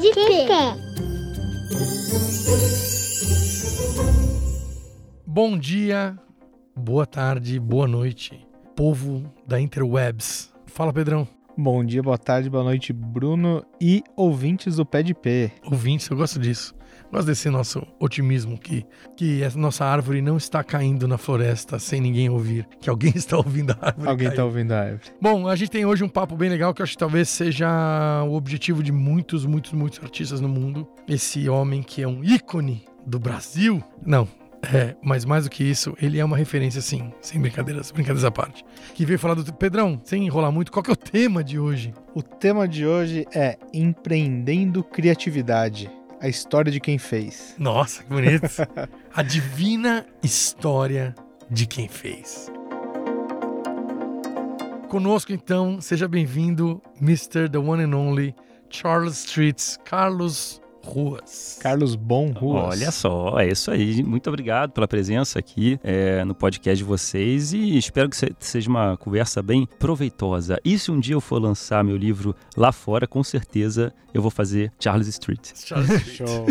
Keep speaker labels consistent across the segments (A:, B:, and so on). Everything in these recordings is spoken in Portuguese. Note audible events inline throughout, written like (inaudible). A: de quem quer.
B: Bom dia, boa tarde, boa noite, povo da Interwebs. Fala, Pedrão.
C: Bom dia, boa tarde, boa noite, Bruno e ouvintes do Pé de P.
B: Ouvintes, eu gosto disso. Gosto desse nosso otimismo que, que essa nossa árvore não está caindo na floresta sem ninguém ouvir, que alguém (laughs) está ouvindo a árvore.
C: Alguém
B: cair.
C: tá ouvindo a árvore.
B: Bom, a gente tem hoje um papo bem legal que eu acho que talvez seja o objetivo de muitos, muitos, muitos artistas no mundo. Esse homem que é um ícone do Brasil. Não, é, mas mais do que isso, ele é uma referência, sim, sem brincadeiras, brincadeiras à parte. Que veio falar do. Pedrão, sem enrolar muito, qual que é o tema de hoje?
C: O tema de hoje é Empreendendo Criatividade. A história de quem fez.
B: Nossa, que bonito. a divina história de quem fez. Conosco, então, seja bem-vindo, Mr. The One and Only Charles Streets, Carlos Ruas.
C: Carlos Bom Ruas.
D: Olha só, é isso aí. Muito obrigado pela presença aqui é, no podcast de vocês e espero que se- seja uma conversa bem proveitosa. E se um dia eu for lançar meu livro lá fora, com certeza eu vou fazer
C: (laughs)
D: Charles Street.
B: Charles Streets.
C: Show.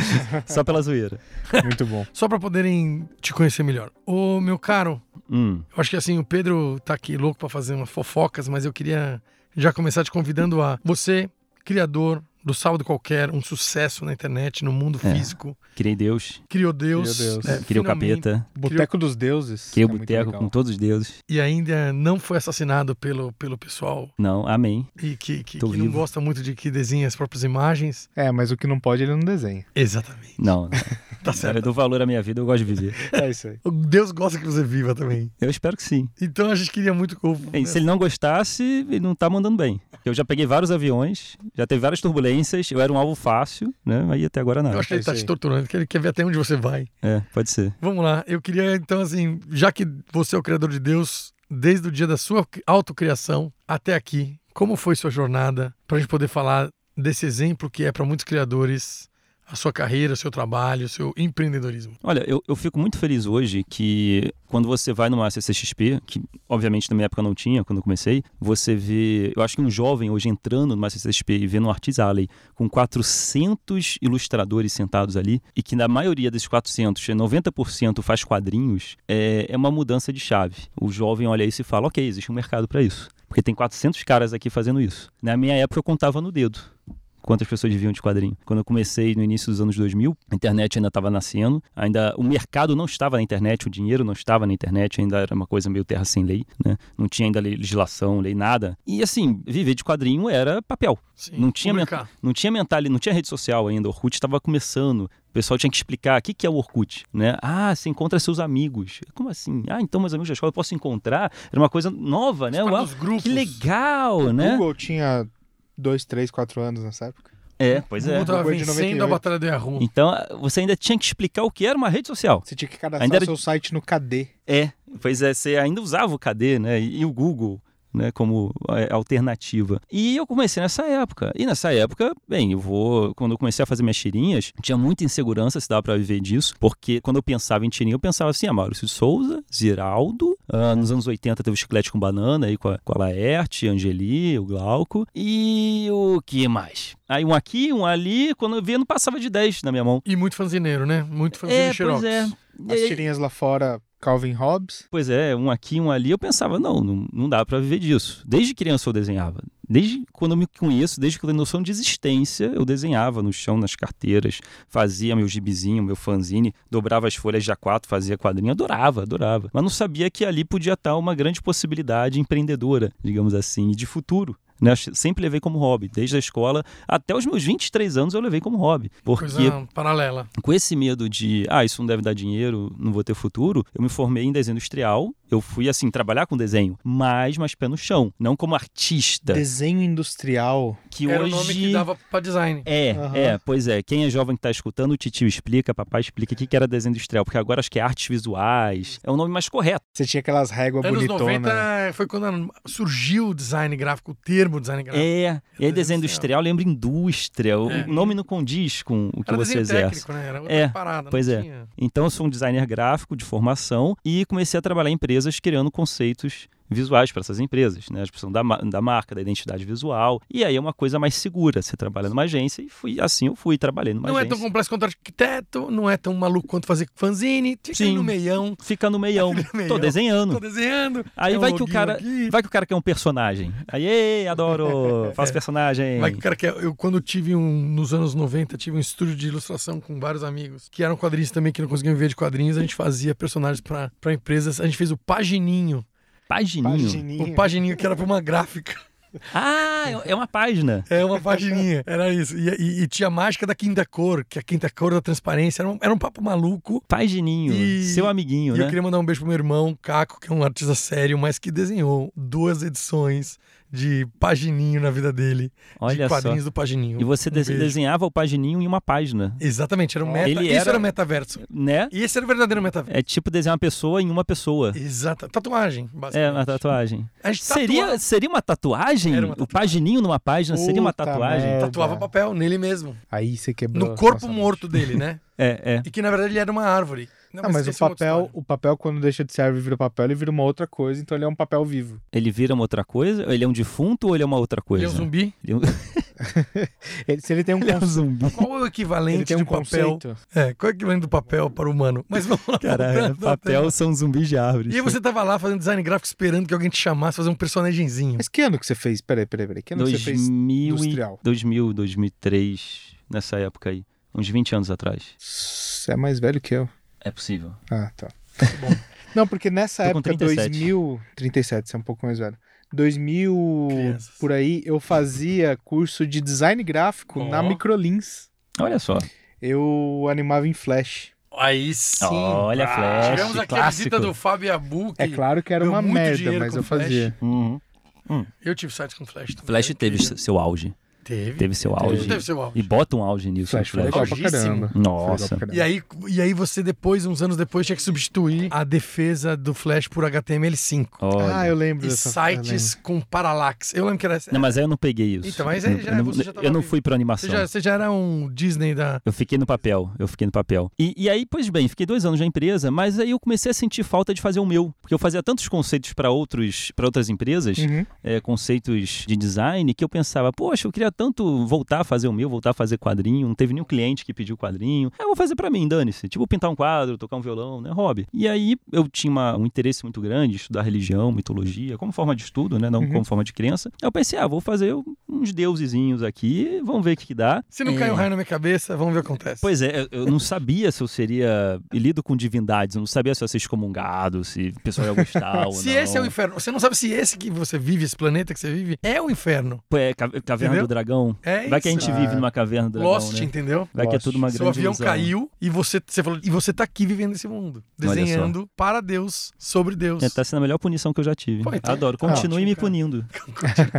D: Só pela zoeira.
C: Muito
D: (laughs)
C: bom.
B: Só para poderem te conhecer melhor. Ô, meu caro,
D: Hum,
B: Eu acho que assim, o Pedro tá aqui louco pra fazer umas fofocas, mas eu queria já começar te convidando a você, criador do Sábado Qualquer, um sucesso na internet, no mundo
D: É.
B: físico,
D: criei Deus,
B: criou Deus,
C: Criou Deus. É,
B: né,
D: criei o
B: finalmente,
D: capeta,
C: Boteco dos Deuses.
D: criei
C: É
D: o
C: muito
D: boteco
C: legal.
D: com todos os deuses.
B: e ainda não foi assassinado pelo, pelo pessoal
D: Não, amém.
B: e que, que,
D: Tô
B: que não
D: vivo.
B: gosta muito de que desenhe as próprias imagens.
C: É, mas o que não pode ele não desenha.
B: Exatamente.
C: (laughs)
D: Não,
B: Tá
D: não. eu
B: certo.
D: dou valor à minha vida, eu gosto de viver.
C: É isso aí.
B: Deus gosta que você viva também.
D: Eu espero que sim.
B: Então a gente queria muito.
D: Bem, se É, ele não gostasse, ele não tá mandando bem. Eu já peguei vários aviões, já teve várias turbulências, eu era um alvo fácil, né? Mas até agora
B: Eu
D: nada.
B: acho que ele tá
C: É isso
B: te
C: aí.
B: torturando, que ele quer ver até onde você vai.
D: É, pode ser.
B: Vamos lá, eu queria então assim, já que você é o criador de Deus, desde o dia da sua autocriação até aqui, como foi sua jornada para a gente poder falar desse exemplo que é para muitos criadores a sua carreira, o seu trabalho, o seu empreendedorismo.
D: Olha, eu, eu fico muito feliz hoje que quando você vai numa CCXP, que obviamente na minha época não tinha, quando eu comecei, você vê. Eu acho que um jovem hoje entrando numa CCXP e vendo um Artist Alley com 400 ilustradores sentados ali, e que na maioria desses 400, é 90% faz quadrinhos, é, é uma mudança de chave. O jovem olha isso e fala: ok, existe um mercado para isso. Porque tem 400 caras aqui fazendo isso. Na minha época eu contava no dedo quantas pessoas viviam de quadrinho. Quando eu comecei no início dos anos 2000, a internet ainda estava nascendo, ainda o mercado não estava na internet, o dinheiro não estava na internet, ainda era uma coisa meio terra sem lei, né? Não tinha ainda legislação, lei nada. E assim, viver de quadrinho era papel.
B: Sim,
D: Não tinha
B: publicar.
D: Não tinha mental, não tinha rede social ainda, o Orkut estava começando. O pessoal tinha que explicar o que que é o Orkut, né? Ah, você encontra seus amigos. Como assim? Ah, então meus amigos da escola eu posso encontrar? Era uma coisa nova, né?
B: Participar
D: Uau,
B: dos grupos.
D: que legal,
C: O
D: (laughs) né?
C: Google tinha dois, três, quatro anos nessa época.
D: É, pois
B: O
D: é.
B: mundo tava
C: Google de
B: vencendo a
C: 98.
B: batalha do Yahoo.
D: Então, você ainda tinha que explicar o que era uma rede social.
C: Você tinha que cadastrar
D: Ainda era-
C: seu site no KD.
D: É, pois é, você ainda usava o KD, né? E o Google, né? Como é, alternativa. E eu comecei nessa época. E nessa época, bem, eu vou. Quando eu comecei a fazer minhas tirinhas, tinha muita insegurança se dava pra viver disso. Porque quando eu pensava em tirinha, eu pensava assim: ah, Maurício de Souza, Ziraldo. ah, nos anos 80 teve o Chiclete com Banana aí com a, com a Laerte, Angeli, o Glauco. E o que mais? Aí um aqui, um ali. Quando eu via, não passava de 10 na minha mão.
B: E muito fanzineiro, né? Muito fanzine
D: É,
B: xerox.
D: pois é.
C: As
D: E aí-
C: tirinhas lá fora, Calvin Hobbes.
D: Pois é, um aqui, um ali, eu pensava, não, não, não dá pra viver disso. Desde criança eu desenhava. Desde quando eu me conheço, desde que eu tenho noção de existência, eu desenhava no chão, nas carteiras, fazia meu gibizinho, meu fanzine, dobrava as folhas de A4, fazia quadrinho, adorava, adorava. Mas não sabia que ali podia estar uma grande possibilidade empreendedora, digamos assim, e de futuro. Né? Sempre levei como hobby, desde a escola até os meus 23 anos eu levei como hobby.
B: Coisa
D: Porque
B: paralela.
D: com esse medo de, ah, isso não deve dar dinheiro, não vou ter futuro, eu me formei em desenho industrial. Eu fui, assim, trabalhar com desenho, mas mais pé no chão, não como artista.
C: Desenho industrial.
D: que
B: Era
D: hoje.
B: o nome que dava pra design.
D: É,
C: Aham.
D: é, pois é. Quem é jovem que tá escutando, o titio explica, papai explica o que que era desenho industrial, porque agora acho que é artes visuais. É o nome mais correto.
C: Você tinha aquelas réguas
B: Anos
C: bonitonas.
D: né?
B: 90 foi quando surgiu o design gráfico, o termo design gráfico.
D: É. E aí,
B: desenho
D: desenho industrial lembra indústria. O
B: É.
D: nome não condiz com o que
B: Era
D: você
B: desenho
D: exerce.
B: técnico, né? Era outra
D: É,
B: parada. não
D: pois é.
B: tinha-
D: Então eu sou um designer gráfico de formação e comecei a trabalhar em empresas criando conceitos visuais para essas empresas, né? A discussão da, ma- da marca, da identidade visual. E aí é uma coisa mais segura. Você trabalha numa agência e fui assim eu fui, trabalhei numa
B: Não é
D: agência.
B: tão complexo quanto arquiteto, não é tão maluco quanto fazer fanzine. Fica
D: Sim.
B: no meião,
D: Fica no
B: (laughs)
D: meião. Tô
B: meião.
D: desenhando.
B: tô desenhando.
D: Aí
B: é um
D: vai que o
B: loginho
D: cara.
B: aqui.
D: Vai que o cara quer um personagem. Aí, ei,
B: (laughs)
D: adoro! Faço personagem.
B: Vai que o cara quer. Eu, quando tive um. Nos anos 90, tive um estúdio de ilustração com vários amigos que eram quadrinhos também, que não conseguiam ver de quadrinhos. A gente fazia personagens pra, pra empresas. A gente fez o Pagininho.
D: Pagininho.
B: O Pagininho que era pra uma
D: (laughs)
B: gráfica.
D: Ah, é- é uma página.
B: É uma pagininha. Era isso. E, e- e tinha a mágica da quinta cor, que é a quinta cor da transparência. Era um, era um papo maluco.
D: Pagininho,
B: E-
D: seu
B: E
D: amiguinho,
B: eu
D: né?
B: queria mandar um beijo pro meu irmão, Caco, que é um artista sério, mas que desenhou duas edições de Pagininho na vida dele.
D: Olha
B: de
D: só.
B: quadrinhos do Pagininho.
D: E você
B: Um
D: dese-
B: beijo.
D: desenhava o pagininho em uma página,
B: Exatamente, era um meta.
D: Ele
B: Isso era...
D: era-
B: metaverso.
D: né?
B: E esse era o verdadeiro metaverso.
D: É tipo desenhar uma pessoa em uma pessoa.
B: Exato. Tatuagem, basicamente.
D: É, uma tatuagem.
B: A gente
D: Seria,
B: tatuava,
D: seria uma tatuagem?
B: Era uma
D: O pagininho numa página seria uma
C: Puta
D: tatuagem?
C: merda.
B: tatuava papel nele mesmo.
C: Aí você quebrou.
B: No corpo
C: É, nossa
B: morto dele, né?
D: É, é.
B: E que na verdade ele era uma árvore. Não,
C: Ah, mas o
B: esse é uma outra
C: papel,
B: história.
C: o papel, quando deixa de ser árvore e vira papel, ele vira uma outra coisa, então ele é um papel vivo.
D: Ele vira uma outra coisa? Ele é um defunto ou ele é uma outra
B: Ele
D: coisa?
B: é um zumbi.
D: Ele é um-
C: Ele- se ele tem um,
D: ele é um
C: con-
D: (laughs) zumbi.
B: Qual é o
C: ele
B: equivalente
C: tem
B: do
C: um
B: papel?
C: conceito.
B: É, qual é o equivalente do papel para o humano? Mas vamos lá.
D: Cara, é
B: (laughs) voltando ao tema.
D: papel são zumbis de árvores.
B: E aí você tava lá fazendo design gráfico esperando que alguém te chamasse fazer um personagemzinho.
C: Mas que ano que você fez? Peraí, peraí, peraí. Que ano que você fez?
D: 2000,
C: industrial?
D: 2000, 2003, nessa época aí. Uns 20 anos atrás.
C: Você é mais velho que eu.
D: É possível.
C: Ah, tá. (laughs) Não, porque nessa
D: Tô com
C: época,
D: 37.
C: 2000... 37, você é um pouco mais velho. 2000,
B: Crianças.
C: por aí, eu fazia curso de design gráfico na
B: Ó.
C: Microlins.
D: Olha só.
C: Eu animava em Flash.
B: Aí sim.
D: Olha, Flash,
B: Tivemos aqui a
D: clássico.
B: visita do Fábio Abu. que
C: É claro que era
B: ganhou
C: uma
B: muito
C: merda,
B: dinheiro
C: mas
B: com
C: eu fazia.
D: Uhum.
B: Eu tive sites com Flash também.
D: Flash
B: Eu
D: teve
B: queria.
D: seu auge.
B: Teve.
D: Teve seu
C: Teve.
D: auge.
B: Não teve seu auge.
D: E bota um auge nisso.
C: Flash
B: é
C: foi
D: Flash.
C: legal pra
B: Algíssimo.
C: caramba.
D: Nossa.
C: Foi legal pra
B: E aí, e aí você depois, uns anos depois, tinha que substituir a defesa do Flash por HTML5.
D: Olha.
C: Ah, eu lembro
B: E
C: dessa
B: sites com parallax. Eu lembro que era...
D: é Não, mas aí eu não peguei isso.
B: Então, mas aí já-
D: eu não,
B: você já tava
D: eu não
B: vivo.
D: fui pra
B: Você
D: animação.
B: já, você já era um Disney da...
D: Eu fiquei no papel, eu fiquei no papel. E, e aí, pois bem, fiquei dois anos na empresa, mas aí eu comecei a sentir falta de fazer o meu. Porque eu fazia tantos conceitos para outros, para outras empresas,
C: Uhum.
D: é, conceitos de design que eu pensava, poxa, eu queria tanto voltar a fazer o meu, voltar a fazer quadrinho, não teve nenhum cliente que pediu quadrinho. Ah, eu vou fazer pra mim, dane-se. Tipo, pintar um quadro, tocar um violão, né, hobby. E aí eu tinha uma- um interesse muito grande em estudar religião, mitologia, como forma de estudo, né, não
C: Uhum.
D: como forma de crença. Aí eu pensei, ah, vou fazer uns deusezinhos aqui, vamos ver o que, que dá.
B: Se não
D: É.
B: caiu um raio na minha cabeça, vamos ver o que acontece.
D: Pois é, eu- eu não sabia se eu seria lido com divindades, eu não sabia se eu ia ser excomungado, se o pessoal
B: (laughs)
D: ia gostar ou
B: se
D: não.
B: esse é o inferno, você não sabe se esse que você vive, esse planeta que você vive, é o inferno.
D: É, ca- Caverna
B: Entendeu?
D: do Dragão.
B: É
D: Vai
B: isso.
D: que a gente
C: Ah.
D: vive numa caverna do dragão,
B: Lost,
D: né?
B: entendeu?
D: Vai que é tudo uma grande
B: Seu avião
D: ilusão.
B: caiu e você, você falou, e você tá aqui vivendo esse mundo,
D: Olha só.
B: desenhando para Deus, sobre Deus.
D: É, tá sendo a melhor punição que eu já tive.
B: Pô, então-
D: Adoro.
B: tá
D: Continue
B: ótimo,
D: me
B: cara. (laughs)
D: punindo.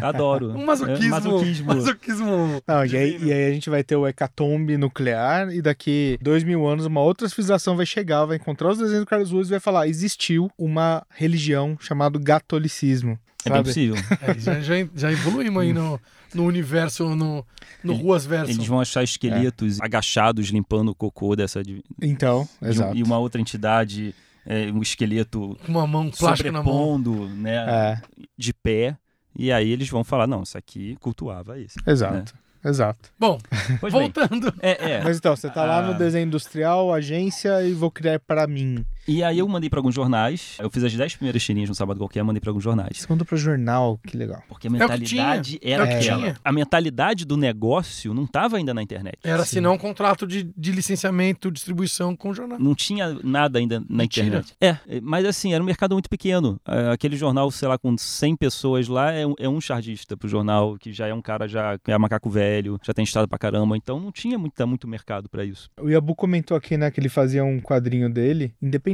D: Adoro.
B: Um
D: É,
B: masoquismo.
D: masoquismo.
B: (laughs) masoquismo
C: Não, e aí,
B: divino.
C: e aí a gente vai ter o hecatombe nuclear e daqui dois mil anos uma outra civilização vai chegar, vai encontrar os desenhos do Carlos Ruiz e vai falar, existiu uma religião chamada gatolicismo.
D: É bem
C: Sabe?
D: possível.
B: É, já, já, já evoluímos aí no, no universo, no, no Ruas Verso.
D: Eles vão achar esqueletos
B: É.
D: agachados limpando o cocô dessa. de- de um-
C: Então, exato.
D: e uma outra entidade, é, um esqueleto
B: Com uma mão plástica Um na mão.
D: sobrepondo, né?
C: É,
D: De pé. E aí eles vão falar: não, isso aqui cultuava esse.
C: exato. Exato.
B: Bom,
D: Pois bem.
B: voltando.
D: É, é.
C: Mas então, você tá lá
D: Ah.
C: no desenho industrial, agência e vou criar pra mim.
D: E aí eu mandei pra alguns jornais. Eu fiz as 10 primeiras tirinhas no sábado qualquer, mandei pra alguns jornais.
C: Você mandou pro jornal, que legal.
D: Porque a
B: o que
D: mentalidade
B: É
D: era
B: o que
D: aquela.
B: tinha.
D: A mentalidade do negócio não estava ainda na internet.
B: Era assinar um contrato de, de licenciamento, distribuição com o jornal.
D: Não tinha nada ainda na
B: Mentira.
D: internet. É, mas assim, era um mercado muito pequeno. É, Aquele jornal, sei lá, com 100 pessoas lá, é um, é um chardista pro jornal, que já é um cara, já que é macaco velho, já tem estado pra caramba. Então não tinha muito, muito mercado pra isso.
C: O Yabu comentou aqui, né, que ele fazia um quadrinho dele, independente,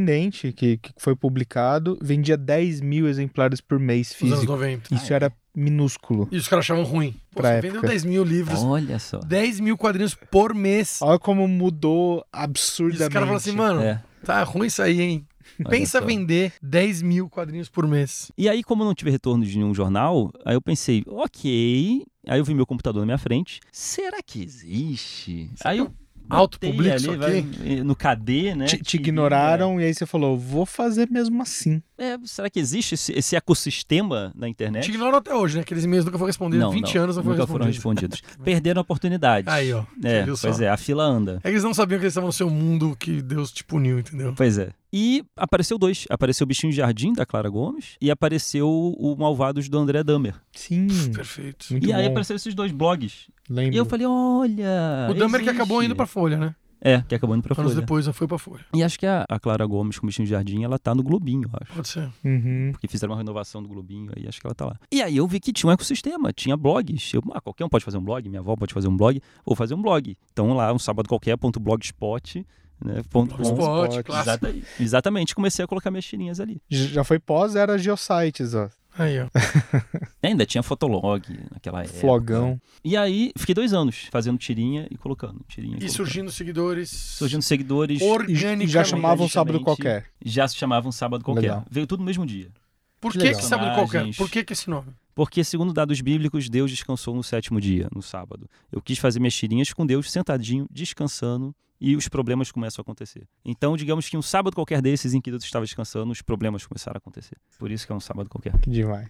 C: que, que foi publicado, vendia 10 mil exemplares por mês
B: Nos anos
C: físico.
B: 90.
C: Isso
D: Ah, é.
C: era minúsculo.
B: E os caras achavam ruim. Pô,
C: Pra
B: você
C: época.
B: vendeu 10 mil livros,
D: Olha só.
B: 10 mil quadrinhos por mês.
C: Olha como mudou
B: E os
C: absurdamente.
B: caras falam assim, mano,
D: É,
B: tá ruim isso aí, hein?
D: olha
B: Pensa
D: só.
B: vender 10 mil quadrinhos por mês.
D: E aí, como eu não tive retorno de nenhum jornal, aí eu pensei,
B: é
D: ok. Aí eu vi meu computador na minha frente. Será que existe? Aí eu
B: Autopublica um isso aqui.
D: vai No KD, né?
C: Te, te ignoraram e aí você falou, vou fazer mesmo assim.
D: É, será que existe esse, esse ecossistema da internet?
B: Te ignoram até hoje, né? Aqueles e-mails nunca foram respondidos. 20 anos não
D: nunca
B: foram
D: foram
B: respondidos. (laughs)
D: respondidos. Perderam a oportunidade.
B: Aí, ó. Você
D: É,
B: viu
D: pois
B: só?
D: é, a fila anda.
B: É que eles não sabiam que eles estavam no seu mundo que Deus te puniu, entendeu?
D: Pois é. E apareceu dois. Apareceu o Bichinho de Jardim, da Clara Gomes, e apareceu o Malvados do André Dahmer.
C: Sim,
B: Perfeito.
C: muito
D: e aí
C: bom.
D: apareceram esses dois blogs.
C: Lembro.
D: E eu falei, olha...
B: O Dummer que
D: Ah, existe.
B: acabou indo pra Folha, né?
D: É, que acabou indo pra
B: Anos
D: Folha.
B: depois já foi pra Folha.
D: E acho que a, a Clara Gomes com o Bichinho de Jardim, ela tá no Globinho, eu acho.
B: Pode ser.
C: Uhum.
D: Porque fizeram uma renovação do Globinho, aí acho que ela tá lá. E aí eu vi que tinha um ecossistema, tinha blogs. Eu, ah, qualquer um pode fazer um blog, minha avó pode fazer um blog, vou fazer um blog. Então lá, um sábado qualquer, ponto blogspot, né, ponto com.
C: Blogspot.
B: Spot,
C: Spot,
B: clássico.
D: Exata- Exatamente, comecei a colocar minhas tirinhas ali.
C: Já foi pós era Geosites, ó.
B: Aí, ó.
D: E ainda tinha Fotolog naquela época.
C: Flogão.
D: E aí, fiquei dois anos fazendo tirinha e colocando tirinha.
B: E
D: colocando.
B: surgindo seguidores.
D: Surgindo seguidores.
C: E,
B: Organicamente.
C: e já chamavam
D: justamente.
C: sábado qualquer.
D: Já se chamavam Sábado Qualquer.
C: Legal.
D: Veio tudo no mesmo dia.
B: Por
C: Que
B: que, que,
C: legal.
B: sabe qualquer?
D: Imagens.
B: Por que, que esse nome?
D: Porque, segundo dados bíblicos, Deus descansou no sétimo dia, no sábado. Eu quis fazer minhas tirinhas com Deus sentadinho, descansando, e os problemas começam a acontecer. Então, digamos que um sábado qualquer desses em que Deus estava descansando, os problemas começaram a acontecer. Por isso que é um sábado qualquer.
C: Que demais.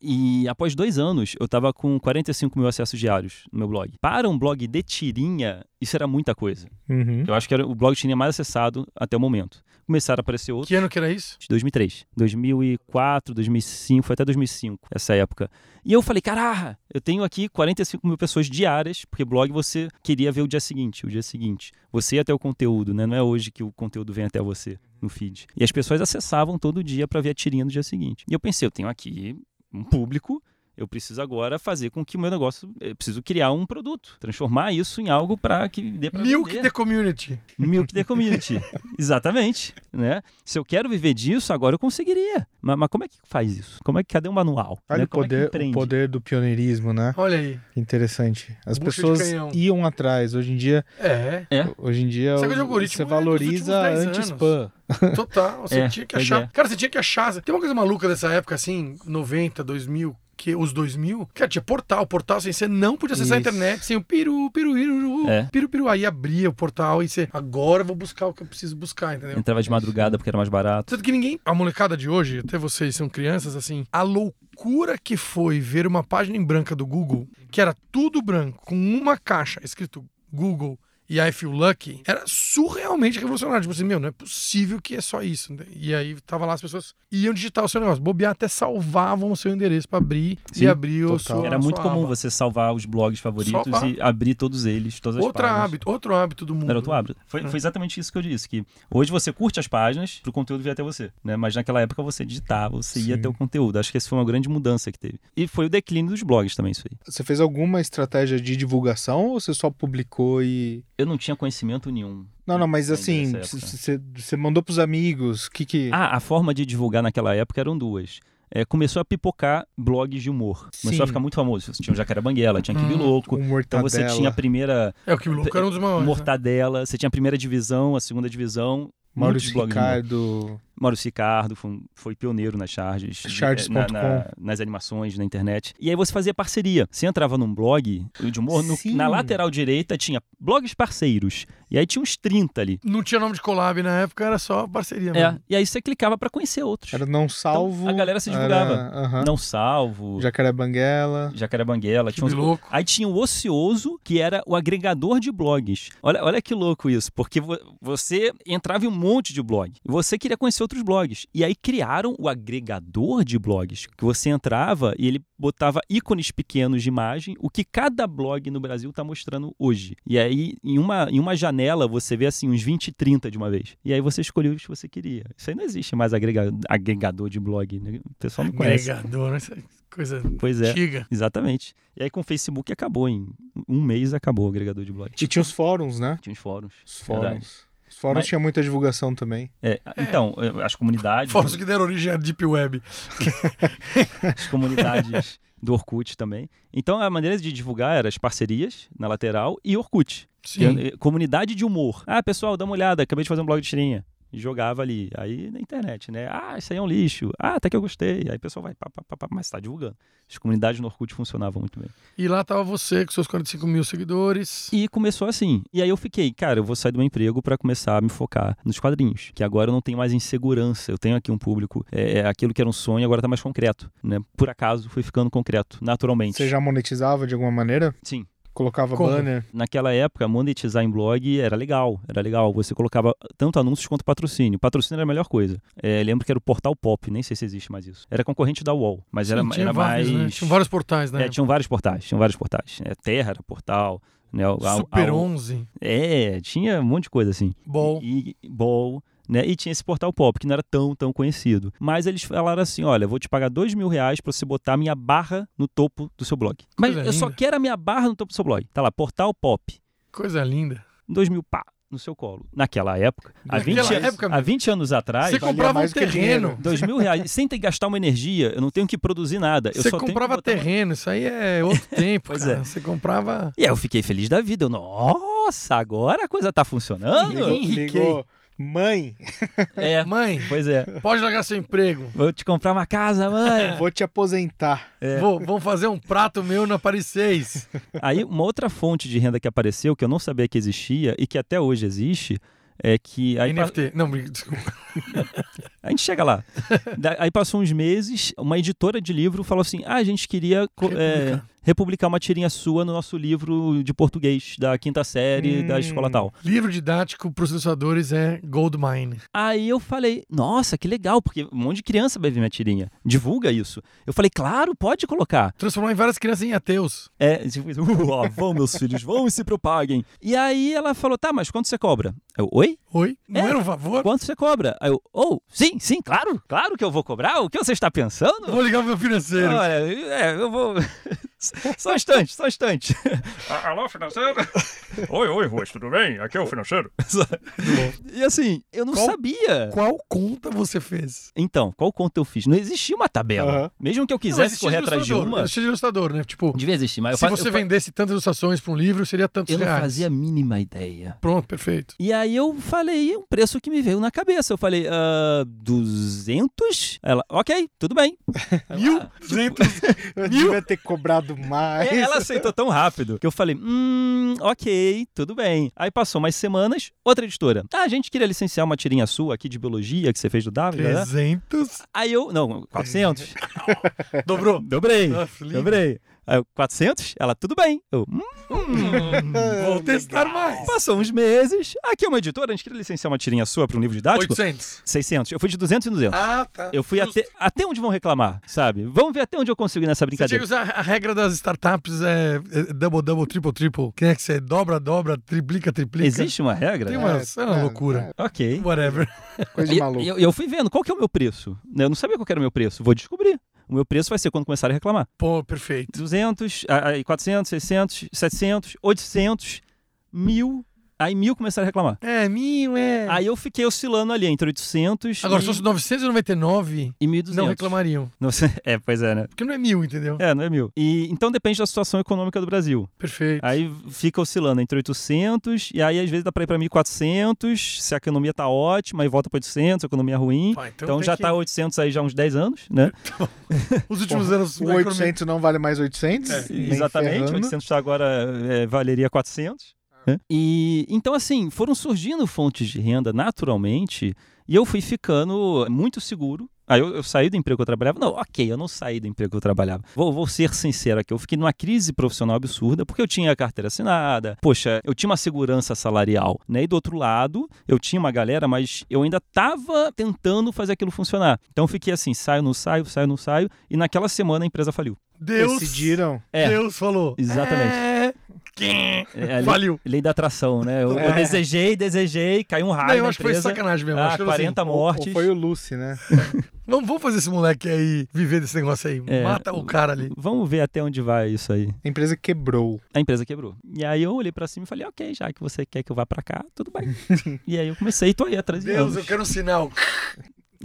D: E após dois anos, eu estava com 45 mil acessos diários no meu blog. Para um blog de tirinha, isso era muita coisa.
C: Uhum.
D: Eu acho que era o blog de tirinha mais acessado até o momento. Começaram a aparecer outros.
B: Que ano que era isso?
D: De 2003. 2004, 2005, foi até 2005, essa época. E eu falei, caraca, eu tenho aqui 45 mil pessoas diárias, porque blog você queria ver o dia seguinte, o dia seguinte. Você ia até o conteúdo, né? Não é hoje que o conteúdo vem até você no feed. E as pessoas acessavam todo dia para ver a tirinha no dia seguinte. E eu pensei, eu tenho aqui um público, eu preciso agora fazer com que o meu negócio, eu preciso criar um produto, transformar isso em algo para que dê para
B: Milk the Community.
D: Milk the community. Exatamente. Né? Se eu quero viver disso, agora eu conseguiria. Mas, mas como é que faz isso? Como é que cadê o manual?
C: Olha
D: Né?
C: o,
D: Como é que
C: poder, o
D: empreende?
C: poder do pioneirismo, né?
B: Olha aí.
C: Interessante. As
B: Bucha de
C: pessoas
B: canhão.
C: iam atrás. Hoje em dia,
B: É,
C: hoje em dia
B: Essa coisa de algoritmo
C: você
B: é dos últimos
C: valoriza
B: 10 anos.
C: anti-spam.
D: (laughs)
B: total. Você
D: É,
B: tinha que
D: pois
B: achar.
D: é.
B: Cara, você tinha que achar. Tem uma coisa maluca dessa época, assim, 90, 2000. Que os 2000, cara, tinha portal, portal, assim, você não podia acessar
C: Isso.
B: a internet sem o piru, piru, piru,
D: É.
B: piru, piru. Aí abria o portal e você, agora eu vou buscar o que eu preciso buscar, entendeu?
D: Entrava de madrugada porque era mais barato.
B: Tanto que ninguém. A molecada de hoje, até vocês são crianças, assim, a loucura que foi ver uma página em branca do Google, que era tudo branco, com uma caixa escrito Google. E I feel lucky, era surrealmente revolucionário. Tipo assim, meu, não é possível que é só isso. né? E aí tava lá, as pessoas iam digitar o seu negócio. Bobear até salvavam o seu endereço pra abrir
D: Sim,
B: e abrir o
C: total.
B: seu.
D: Era muito
B: sua
D: comum
B: aba.
D: você salvar os blogs favoritos
B: Salvar.
D: e abrir todos eles, todas as
B: Outra
D: páginas.
B: hábito, outro hábito do mundo.
D: Era outro hábito. Foi, foi exatamente isso que eu disse, que hoje você curte as páginas pro conteúdo vir até você, né? Mas naquela época você digitava, você ia
C: Sim.
D: até o conteúdo. Acho que essa foi uma grande mudança que teve. E foi o declínio dos blogs também, isso aí.
C: Você fez alguma estratégia de divulgação ou você só publicou e.
D: Eu não tinha conhecimento nenhum
C: Não, não, mas
D: Ainda
C: assim,
D: nessa época.
C: você você mandou pros amigos, que que.
D: Ah, a forma de divulgar naquela época eram duas. É, começou a pipocar blogs de humor. Começou
C: Sim.
D: a ficar muito famoso. Tinha o Jacaré Banguela, tinha Kibi
B: Hum,
D: Louco.
C: o tá
D: Então
C: mortadela.
D: você tinha a primeira
B: É o que louco era um dos maiores. né?
D: Mortadela, você tinha a primeira divisão, a segunda divisão. muitos
C: Maurício
D: blogs de humor.
C: Ricardo.
D: Maurício Ricardo foi, um- foi pioneiro nas charges, de-
C: Charges.com.
D: na- na- nas animações, na internet. E aí você fazia parceria. Você entrava num blog de humor, no-
C: Sim.
D: na lateral direita tinha blogs parceiros. E aí tinha uns 30 ali.
B: Não tinha nome de collab na época, era só parceria.
D: É,
B: mesmo.
D: e aí você clicava pra conhecer outros. Então,
C: Era não salvo.
D: a galera se
C: era-
D: divulgava.
C: aham.
D: Não salvo.
C: Jacaré Banguela.
D: Jacaré Banguela.
B: Que
D: Tinha uns...
B: louco.
D: Aí tinha o Ocioso, que era o agregador de blogs. Olha, olha que louco isso, porque vo- você entrava em um monte de blog. Você queria conhecer outros blogs. E aí criaram o agregador de blogs, que você entrava e ele botava ícones pequenos de imagem, o que cada blog no Brasil está mostrando hoje. E aí, em uma, em uma janela, você vê assim uns 20, 30 de uma vez. E aí você escolheu os que você queria. Isso aí não existe mais agrega- agregador de blog, né? O pessoal não conhece.
B: Agregador, né? Essa coisa
D: Pois é.
B: antiga.
D: Exatamente. E aí com o Facebook acabou, em um mês acabou o agregador de blog.
C: E tinha os fóruns, né?
D: Tinha os fóruns.
C: Os fóruns.
D: Tipo- Verdade.
C: Os fóruns
D: Mas-
C: tinha muita divulgação também.
D: É, Então, eh, as comunidades,
B: Fora os que deram origem à Deep Web.
D: as comunidades do Orkut também. Então a maneira de divulgar era as parcerias na lateral e Orkut.
B: Sim.
D: Eh, Comunidade de humor. Ah, pessoal, dá uma olhada, acabei de fazer um blog de tirinha. jogava ali. Aí na internet, né? Ah, isso aí é um lixo. Ah, até que eu gostei. Aí o pessoal vai, pá, pá, pá, pá, mas tá divulgando. As comunidades no Orkut funcionavam muito bem.
B: E lá tava você com seus 45 mil seguidores.
D: E começou assim. E aí eu fiquei, cara, eu vou sair do meu emprego para começar a me focar nos quadrinhos. Que agora eu não tenho mais insegurança. Eu tenho aqui um público. É, é aquilo que era um sonho agora tá mais concreto, né? Por acaso foi ficando concreto, naturalmente.
C: Você já monetizava de alguma maneira?
D: Sim.
C: Colocava
B: Como?
C: banner?
D: Naquela época, monetizar em blog era legal, era legal. Você colocava tanto anúncios quanto patrocínio. Patrocínio era a melhor coisa. É, lembro que era o Portal Pop, nem sei se existe mais isso. Era concorrente da UOL, mas era,
B: Sim, tinha
D: era
B: vários,
D: mais...
B: né? Tinha vários portais, né?
D: É, tinham vários portais, tinham vários portais. É, Terra era portal, né? o- a-
B: Super
D: a- o-
B: 11,
D: É, tinha um monte de coisa assim.
B: Ball.
D: E, e- Ball, né? E tinha esse portal pop, que não era tão, tão conhecido. Mas eles falaram assim: olha, vou te pagar dois mil reais pra você botar a minha barra no topo do seu blog. Mas
B: Coisa
D: eu só
B: linda.
D: quero a minha barra no topo do seu blog. Tá lá, portal pop.
B: Coisa linda.
D: Dois mil pá, no seu colo. Naquela época. Há
B: Naquela
D: 20, anos-
B: época,
D: há 20 anos atrás.
B: Você
C: valia
B: comprava um
C: mais do que dinheiro.
B: terreno.
D: (laughs) Dois mil reais, sem ter que gastar uma energia, eu não tenho que produzir nada. Eu
B: Você
D: só tenho que
B: comprava
D: botar uma-
B: terreno, isso aí é
D: (laughs)
B: outro tempo,
D: Pois
B: cara.
D: é.
B: Você comprava...
D: E aí eu fiquei feliz da vida. Eu, nossa, agora a coisa tá
B: Ligou.
D: funcionando.
B: Henriquei.
C: Ligou. Mãe,
D: é,
B: Mãe,
D: pois é.
B: pode largar seu emprego.
D: Vou te comprar uma casa, mãe.
C: vou te aposentar.
D: É.
B: Vou, vão fazer um prato meu na Paris 6.
D: Aí, uma outra fonte de renda que apareceu, que eu não sabia que existia e que até hoje existe, é que. Aí pa-
B: NFT. Não, me- desculpa.
D: A gente chega lá. Da- Aí passou uns meses, uma editora de livro falou assim: ah, a gente queria co- é, republicar uma tirinha sua no nosso livro de português, da quinta série, da
C: Hum.
D: escola tal.
B: Livro didático para os ilustradores é Goldmine.
D: Aí eu falei, nossa, que legal, porque um monte de criança vai ver minha tirinha. Divulga isso. Eu falei, claro, pode colocar.
B: Transformou em várias crianças em ateus.
D: É, (laughs) tipo, isso, uh, ó, vão meus filhos, vão e se propaguem. E aí ela falou, tá, mas quanto você cobra? Eu, oi?
B: Oi? Não
D: É.
B: era um favor?
D: Quanto você cobra? Aí eu, oh, sim, sim, claro, claro que eu vou cobrar, o que você está pensando?
B: Vou ligar pro meu financeiro.
D: Olha, é, eu vou... (laughs) só um instante, só um instante.
A: Ah, Alô, financeiro? oi, oi, Ruas, tudo bem? Aqui é o financeiro.
D: e assim, eu não
B: Qual-
D: sabia.
B: Qual conta você fez?
D: Então, qual conta eu fiz? Não existia uma tabela.
C: Aham.
D: Mesmo que eu
B: Não,
D: quisesse
B: existia
D: correr atrás de
B: ilustrador,
D: uma,
B: Existia de ilustrador, né? Tipo,
D: devia existir, mas eu,
B: se
D: fa-
B: você
D: eu, fa-
B: vendesse tantas ilustrações para um livro, seria tantos
D: eu não
B: reais.
D: fazia a mínima ideia.
B: Pronto, perfeito.
D: E aí eu falei um preço que me veio na cabeça. Eu falei, ah, 200? Ela, ok, tudo bem.
B: (laughs) Mil?
D: Ah, tipo,
C: Eu devia ter cobrado mais.
D: é, ela aceitou tão rápido que eu falei, hum, ok, tudo bem. Aí passou umas semanas, outra editora. Ah, a gente queria licenciar uma tirinha sua aqui de biologia que você fez do Darwin. né?
B: 300?
D: Aí eu, não, 400.
B: (laughs) Dobrou.
D: Dobrei,
B: Nossa, lindo.
D: dobrei. Aí eu, 400? Ela, tudo bem. Eu, hum,
B: Vou testar mais.
D: passou uns meses. Aqui é uma editora, a gente queria licenciar uma tirinha sua para um livro didático.
B: 800.
D: 600. Eu fui de 200 em 200.
B: Ah, tá.
D: Eu fui até, até onde vão reclamar, sabe? Vamos ver até onde eu consigo nessa
B: Você tinha que
D: brincadeira.
B: usar a regra das startups é, é double, double, triple, triple. Que é que você dobra, dobra, triplica, triplica.
D: Existe uma regra?
B: Tem uma,
C: É,
B: é uma
C: é,
B: loucura.
D: Ok.
B: Whatever.
C: Coisa
D: E
C: de
D: eu,
C: maluco.
D: eu fui vendo qual que é o meu preço. né? Eu não sabia qual que era o meu preço. Vou descobrir. O meu preço vai ser quando começarem a reclamar.
B: Pô, perfeito.
D: 200, aí 400, 600, 700, 800, 1000. Aí 1000 começaram a reclamar.
B: É, mil, é.
D: Aí eu fiquei oscilando ali entre 800
B: Agora,
D: e,
B: se fosse 999,
D: e 1200.
B: não reclamariam.
D: Não sei- (laughs) É, pois é, né?
B: Porque não é mil, entendeu?
D: É, não é mil. E, então depende da situação econômica do Brasil.
B: Perfeito.
D: Aí fica oscilando entre 800 e aí às vezes dá pra ir pra 1400, se a economia tá ótima, aí volta pra 800, se a economia é ruim.
B: Pá, então
D: Então
B: tem
D: já
B: que-
D: tá 800 aí já há uns 10 anos, né?
B: Os últimos anos.
C: O
B: a economia-
C: 800 Um não vale mais 800? nem
D: É, Né, Exatamente,
C: ferrando.
D: 800 tá agora é, valeria 400. né? E então assim, foram surgindo fontes de renda naturalmente e eu fui ficando muito seguro. Aí eu, eu saí do emprego que eu trabalhava. Não, ok, eu não saí do emprego que eu trabalhava. Vou, vou ser sincero aqui, eu fiquei numa crise profissional absurda porque eu tinha a carteira assinada, poxa, eu tinha uma segurança salarial, né? E do outro lado, eu tinha uma galera, mas eu ainda tava tentando fazer aquilo funcionar. Então eu fiquei assim, saio, não saio, saio, não saio. E naquela semana a empresa faliu.
B: Deus.
C: Decidiram.
D: É.
B: Deus falou.
D: Exatamente.
B: É...
D: É, ali-
B: Valeu.
D: Lei da atração, né? Eu, eu
C: É.
D: desejei, desejei, caiu um raio.
B: Não, eu
D: na
B: acho que foi
D: empresa.
B: sacanagem mesmo. acho
D: Ah,
B: que eu,
D: 40
B: assim,
D: mortes.
C: Ou foi o Lucy, né?
B: vamos, vamos fazer esse moleque aí viver desse negócio aí.
D: É.
B: Mata o cara ali.
D: Vamos ver até onde vai isso aí.
C: A empresa quebrou.
D: A empresa quebrou. E aí eu olhei pra cima e falei, ok, já que
C: (laughs)
D: você quer que eu vá pra cá, tudo bem. e aí eu comecei, tô aí atrás de
B: Deus,
D: anos.
B: eu quero um sinal.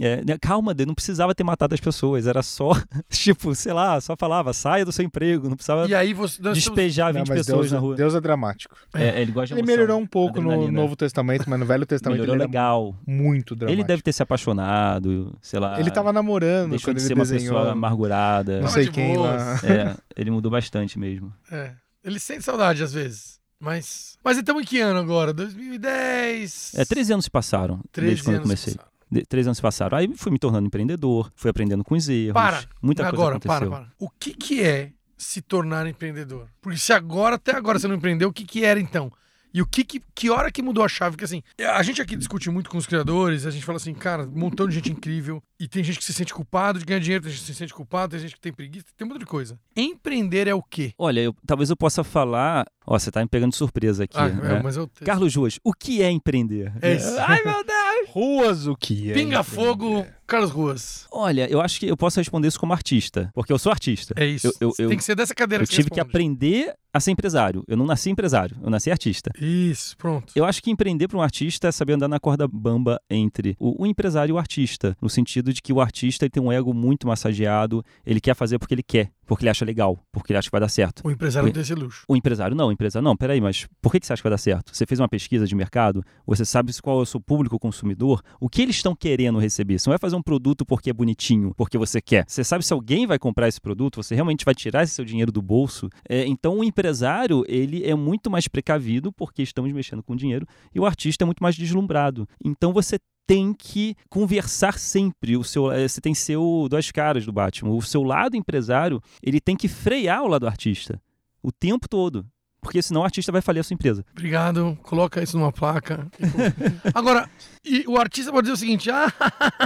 D: É, né, calma, Dê, não precisava ter matado as pessoas, era só, (laughs) tipo, sei lá, só falava, saia do seu emprego, não precisava
B: E aí você. nós estamos-
D: despejar
C: Não,
D: 20
C: mas
D: pessoas
C: Deus,
D: na rua.
C: Deus é dramático.
D: É, ele gosta de
C: Ele
D: emoção,
C: melhorou um pouco no
D: adrenalina.
C: Novo Testamento, mas no Velho Testamento
D: Melhorou
C: ele era
D: legal.
C: muito dramático.
D: Ele deve ter se apaixonado, sei lá.
C: Ele tava namorando
D: deixou
C: quando
D: de
C: ele
D: ser uma
C: desenhou.
D: pessoa amargurada.
C: Não
B: Tava
C: sei
B: de
C: quem
B: boas.
C: (laughs) lá.
D: É, ele mudou bastante mesmo.
B: É. Ele sente saudade às vezes. Mas. Mas estamos em que ano agora? 2010.
D: É, 13 anos se passaram
B: 13
D: desde quando eu
B: anos
D: comecei.
B: passaram.
D: De- Três anos se passaram. Aí fui me tornando empreendedor, fui aprendendo com os erros.
B: Para.
D: Muita
B: agora,
D: coisa aconteceu.
B: para, para. O que, que é se tornar empreendedor? Porque se agora, até agora você não empreendeu, o que, que era então? E o que, que que hora que mudou a chave? Porque assim, a gente aqui discute muito com os criadores, a gente fala assim, cara, um montão de gente incrível, e tem gente que se sente culpado de ganhar dinheiro, tem gente que se sente culpado, tem gente que tem preguiça, tem um monte de coisa. Empreender é o quê?
D: Olha, eu- talvez eu possa falar. Ó, você tá me pegando de surpresa aqui.
B: Ah,
D: né?
B: é, mas eu...
D: Carlos Ruas, o que é empreender?
B: É isso.
D: (laughs) Ai, meu Deus!
C: Ruas o que
B: (laughs)
C: é?
B: Pinga Fogo, Carlos Ruas.
D: Olha, eu acho que eu posso responder isso como artista, porque eu sou artista.
B: É isso.
D: Eu, eu- eu-
B: tem que ser dessa cadeira
D: eu
B: que
D: tive que
B: responde.
D: aprender a ser empresário. Eu não nasci empresário, eu nasci artista.
B: Isso, pronto.
D: Eu acho que empreender para um artista é saber andar na corda bamba entre o, o empresário e o artista, no sentido de que o artista ele tem um ego muito massageado, ele quer fazer porque ele quer, porque ele acha legal, porque ele acha que vai dar certo.
B: O empresário não tem esse luxo.
D: O empresário não, o empresário não, peraí, mas por que que você acha que vai dar certo? Você fez uma pesquisa de mercado, você sabe qual é o seu público consumidor, o que eles estão querendo receber. Você não vai fazer um produto porque é bonitinho, porque você quer. Você sabe se alguém vai comprar esse produto, você realmente vai tirar esse seu dinheiro do bolso. É, então o empresário, ele é muito mais precavido porque estamos mexendo com dinheiro e o artista é muito mais deslumbrado. Então você tem que conversar sempre. O seu, eh, você tem seu duas caras do Batman. O seu lado empresário, ele tem que frear o lado artista o tempo todo. Porque senão o artista vai falir a sua empresa.
B: Obrigado, coloca isso numa
D: (laughs)
B: placa. Agora, e o artista pode dizer o seguinte: ah,